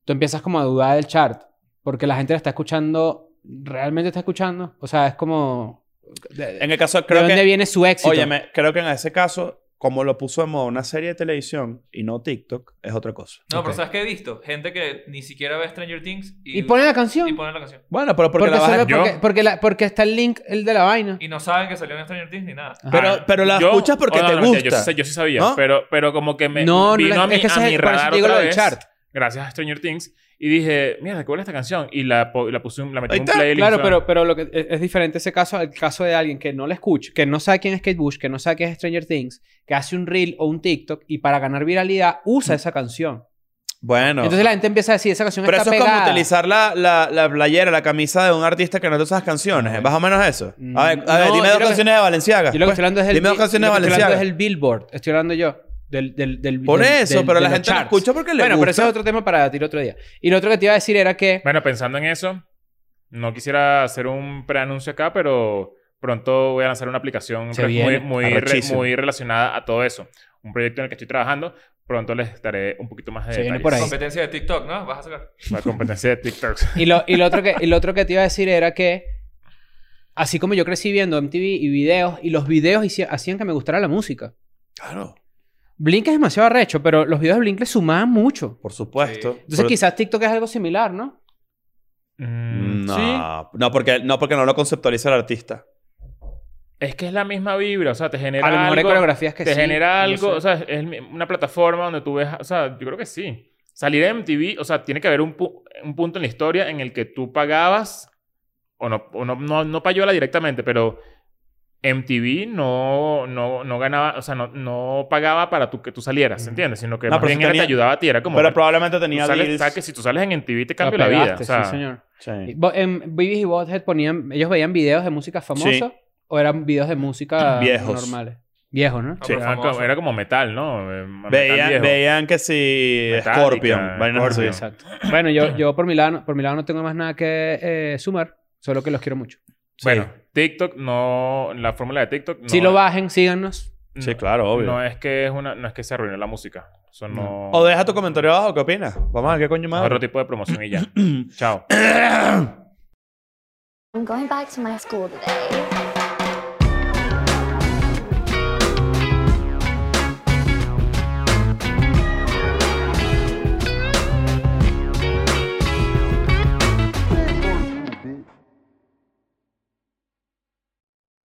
[SPEAKER 4] tú empiezas como a dudar del chart, porque la gente la está escuchando, realmente está escuchando, o sea, es como... de-
[SPEAKER 3] En el caso,
[SPEAKER 4] ¿De
[SPEAKER 3] creo
[SPEAKER 4] dónde
[SPEAKER 3] que...
[SPEAKER 4] viene su éxito?
[SPEAKER 3] Óyeme, creo que en ese caso como lo puso en moda una serie de televisión y no TikTok, es otra cosa.
[SPEAKER 5] No, pero
[SPEAKER 4] Ok.
[SPEAKER 5] ¿sabes qué he visto? Gente que ni siquiera ve Stranger Things y,
[SPEAKER 4] Y ponen la canción.
[SPEAKER 5] y ponen la canción.
[SPEAKER 3] Bueno, pero porque,
[SPEAKER 4] porque,
[SPEAKER 3] la bajas-
[SPEAKER 4] solo-
[SPEAKER 2] Yo-
[SPEAKER 4] porque- porque la- porque está el link, el de la vaina.
[SPEAKER 5] Y no saben que salió en Stranger Things ni nada.
[SPEAKER 3] Pero, pero la
[SPEAKER 2] Yo-
[SPEAKER 3] escuchas porque
[SPEAKER 2] oh, no,
[SPEAKER 3] te
[SPEAKER 2] no,
[SPEAKER 3] gusta.
[SPEAKER 2] mentira, Yo, sí sé- yo sí sabía,
[SPEAKER 3] ¿No?
[SPEAKER 2] pero, pero como que me
[SPEAKER 4] No, no,
[SPEAKER 2] vino
[SPEAKER 4] la-
[SPEAKER 2] a mi,
[SPEAKER 4] es que ese
[SPEAKER 2] a
[SPEAKER 4] es
[SPEAKER 2] mi
[SPEAKER 4] el- por eso
[SPEAKER 2] radar
[SPEAKER 4] digo
[SPEAKER 2] otra
[SPEAKER 4] lo del
[SPEAKER 2] vez,
[SPEAKER 4] chart.
[SPEAKER 2] Gracias a Stranger Things. Y dije, mira, ¿cuál es esta canción? Y la, po- la puse, en- la metí
[SPEAKER 3] Ahí
[SPEAKER 2] en un
[SPEAKER 3] está.
[SPEAKER 2] playlist.
[SPEAKER 4] Claro,
[SPEAKER 2] ¿sabes?
[SPEAKER 4] pero, pero lo que es, es diferente ese caso al caso de alguien que no la escucha, que no sabe quién es Kate Bush, que no sabe quién es Stranger Things, que hace un reel o un TikTok y para ganar viralidad usa esa canción.
[SPEAKER 3] Bueno.
[SPEAKER 4] Entonces la gente empieza a decir, esa canción
[SPEAKER 3] pero
[SPEAKER 4] está
[SPEAKER 3] eso es
[SPEAKER 4] pegada.
[SPEAKER 3] como utilizar la, la, la playera, la camisa de un artista que no te usa las canciones. ¿eh? Más o menos eso. A ver, a ver dime
[SPEAKER 4] Mm. No, yo
[SPEAKER 3] dos
[SPEAKER 4] lo que-
[SPEAKER 3] canciones de Valenciaga. Pues,
[SPEAKER 4] Yo lo que estoy hablando es del,
[SPEAKER 3] dime dos
[SPEAKER 4] bi-
[SPEAKER 3] canciones
[SPEAKER 4] lo que estoy hablando
[SPEAKER 3] Balenciaga.
[SPEAKER 4] es el Billboard, estoy hablando yo. Del, del, del,
[SPEAKER 3] Por
[SPEAKER 4] del-
[SPEAKER 3] eso,
[SPEAKER 4] del-
[SPEAKER 3] pero
[SPEAKER 4] de
[SPEAKER 3] la
[SPEAKER 4] los
[SPEAKER 3] gente lo
[SPEAKER 4] charts.
[SPEAKER 3] escucha porque le
[SPEAKER 4] Bueno, pero ese
[SPEAKER 3] gusta.
[SPEAKER 4] es otro tema para debatir otro día. Y lo otro que te iba a decir era que...
[SPEAKER 2] Bueno, pensando en eso, no quisiera hacer un preanuncio acá, pero pronto voy a lanzar una aplicación
[SPEAKER 4] Se
[SPEAKER 2] re-
[SPEAKER 4] viene.
[SPEAKER 2] muy, muy, re-
[SPEAKER 3] Arrechísimo.
[SPEAKER 2] muy relacionada a todo eso. Un proyecto en el que estoy trabajando. Pronto les estaré un poquito más de
[SPEAKER 4] Se viene
[SPEAKER 2] detalles.
[SPEAKER 4] por ahí.
[SPEAKER 5] Competencia de TikTok, ¿no? Vas a sacar.
[SPEAKER 2] La competencia de TikTok.
[SPEAKER 4] Y lo, y, lo otro que, y lo otro que te iba a decir era que, así como yo crecí viendo MTV y videos, y los videos hici- hacían que me gustara la música.
[SPEAKER 3] Claro,
[SPEAKER 4] Blink es demasiado arrecho, pero los videos de Blink le sumaban mucho.
[SPEAKER 3] por supuesto.
[SPEAKER 5] Sí.
[SPEAKER 4] Entonces
[SPEAKER 3] Pero-
[SPEAKER 4] quizás TikTok es algo similar, ¿no?
[SPEAKER 2] Mm,
[SPEAKER 3] No,
[SPEAKER 2] sí.
[SPEAKER 3] no, porque, no porque no lo conceptualiza el artista.
[SPEAKER 2] Es que es la misma vibra, o sea, te genera
[SPEAKER 4] A lo mejor hay
[SPEAKER 2] algo,
[SPEAKER 4] coreografías que
[SPEAKER 2] te
[SPEAKER 4] sí,
[SPEAKER 2] genera
[SPEAKER 4] no
[SPEAKER 2] algo,
[SPEAKER 4] sé.
[SPEAKER 2] o sea, es mi- una plataforma donde tú ves, o sea, yo creo que sí. Salir de MTV, o sea, tiene que haber un, pu- un punto en la historia en el que tú pagabas, o no, o no, no, no payola directamente, pero MTV no, no, no ganaba, o sea, no, no pagaba para tú, que tú salieras, ¿entiendes? Sino que
[SPEAKER 3] No,
[SPEAKER 2] más
[SPEAKER 3] pero
[SPEAKER 2] bien
[SPEAKER 3] sí
[SPEAKER 2] era,
[SPEAKER 3] tenía-
[SPEAKER 2] te ayudaba a ti, era como...
[SPEAKER 3] pero
[SPEAKER 2] tú
[SPEAKER 3] probablemente tenía
[SPEAKER 2] sales-
[SPEAKER 3] deals.
[SPEAKER 2] sabes que si tú sales en MTV te cambia la, vida,
[SPEAKER 4] pegaste,
[SPEAKER 2] o sea,
[SPEAKER 4] sí, señor. Y
[SPEAKER 3] Sí.
[SPEAKER 4] Bo- em, Beavis y Bothead ponían... Ellos veían videos de música famosa
[SPEAKER 3] Sí.
[SPEAKER 4] o eran videos de música
[SPEAKER 3] Viejos.
[SPEAKER 4] normales. Viejos, ¿no?
[SPEAKER 5] Ah,
[SPEAKER 2] era,
[SPEAKER 5] pero famoso.
[SPEAKER 2] como, era como metal, ¿no? Eh, metal
[SPEAKER 3] Veían,
[SPEAKER 2] viejo.
[SPEAKER 3] veían que si
[SPEAKER 2] Metallica,
[SPEAKER 3] Scorpion. vainas
[SPEAKER 2] Scorpion.
[SPEAKER 3] así.
[SPEAKER 4] Exacto. Bueno, yo, yo por, mi lado, no- por mi lado no tengo más nada que eh, sumar, solo que los quiero mucho.
[SPEAKER 2] Bueno, TikTok no, la fórmula de TikTok no, eh.
[SPEAKER 4] si lo bajen, síganos.
[SPEAKER 2] no-
[SPEAKER 3] Sí, claro, obvio.
[SPEAKER 2] No es que es una, no es que se arruine la música. Eso no.
[SPEAKER 3] O deja tu comentario abajo, ¿qué opinas? Vamos a ver qué coño
[SPEAKER 2] es
[SPEAKER 3] más.
[SPEAKER 2] otro tipo de promoción y ya. Chao.
[SPEAKER 1] I'm going back to my school today.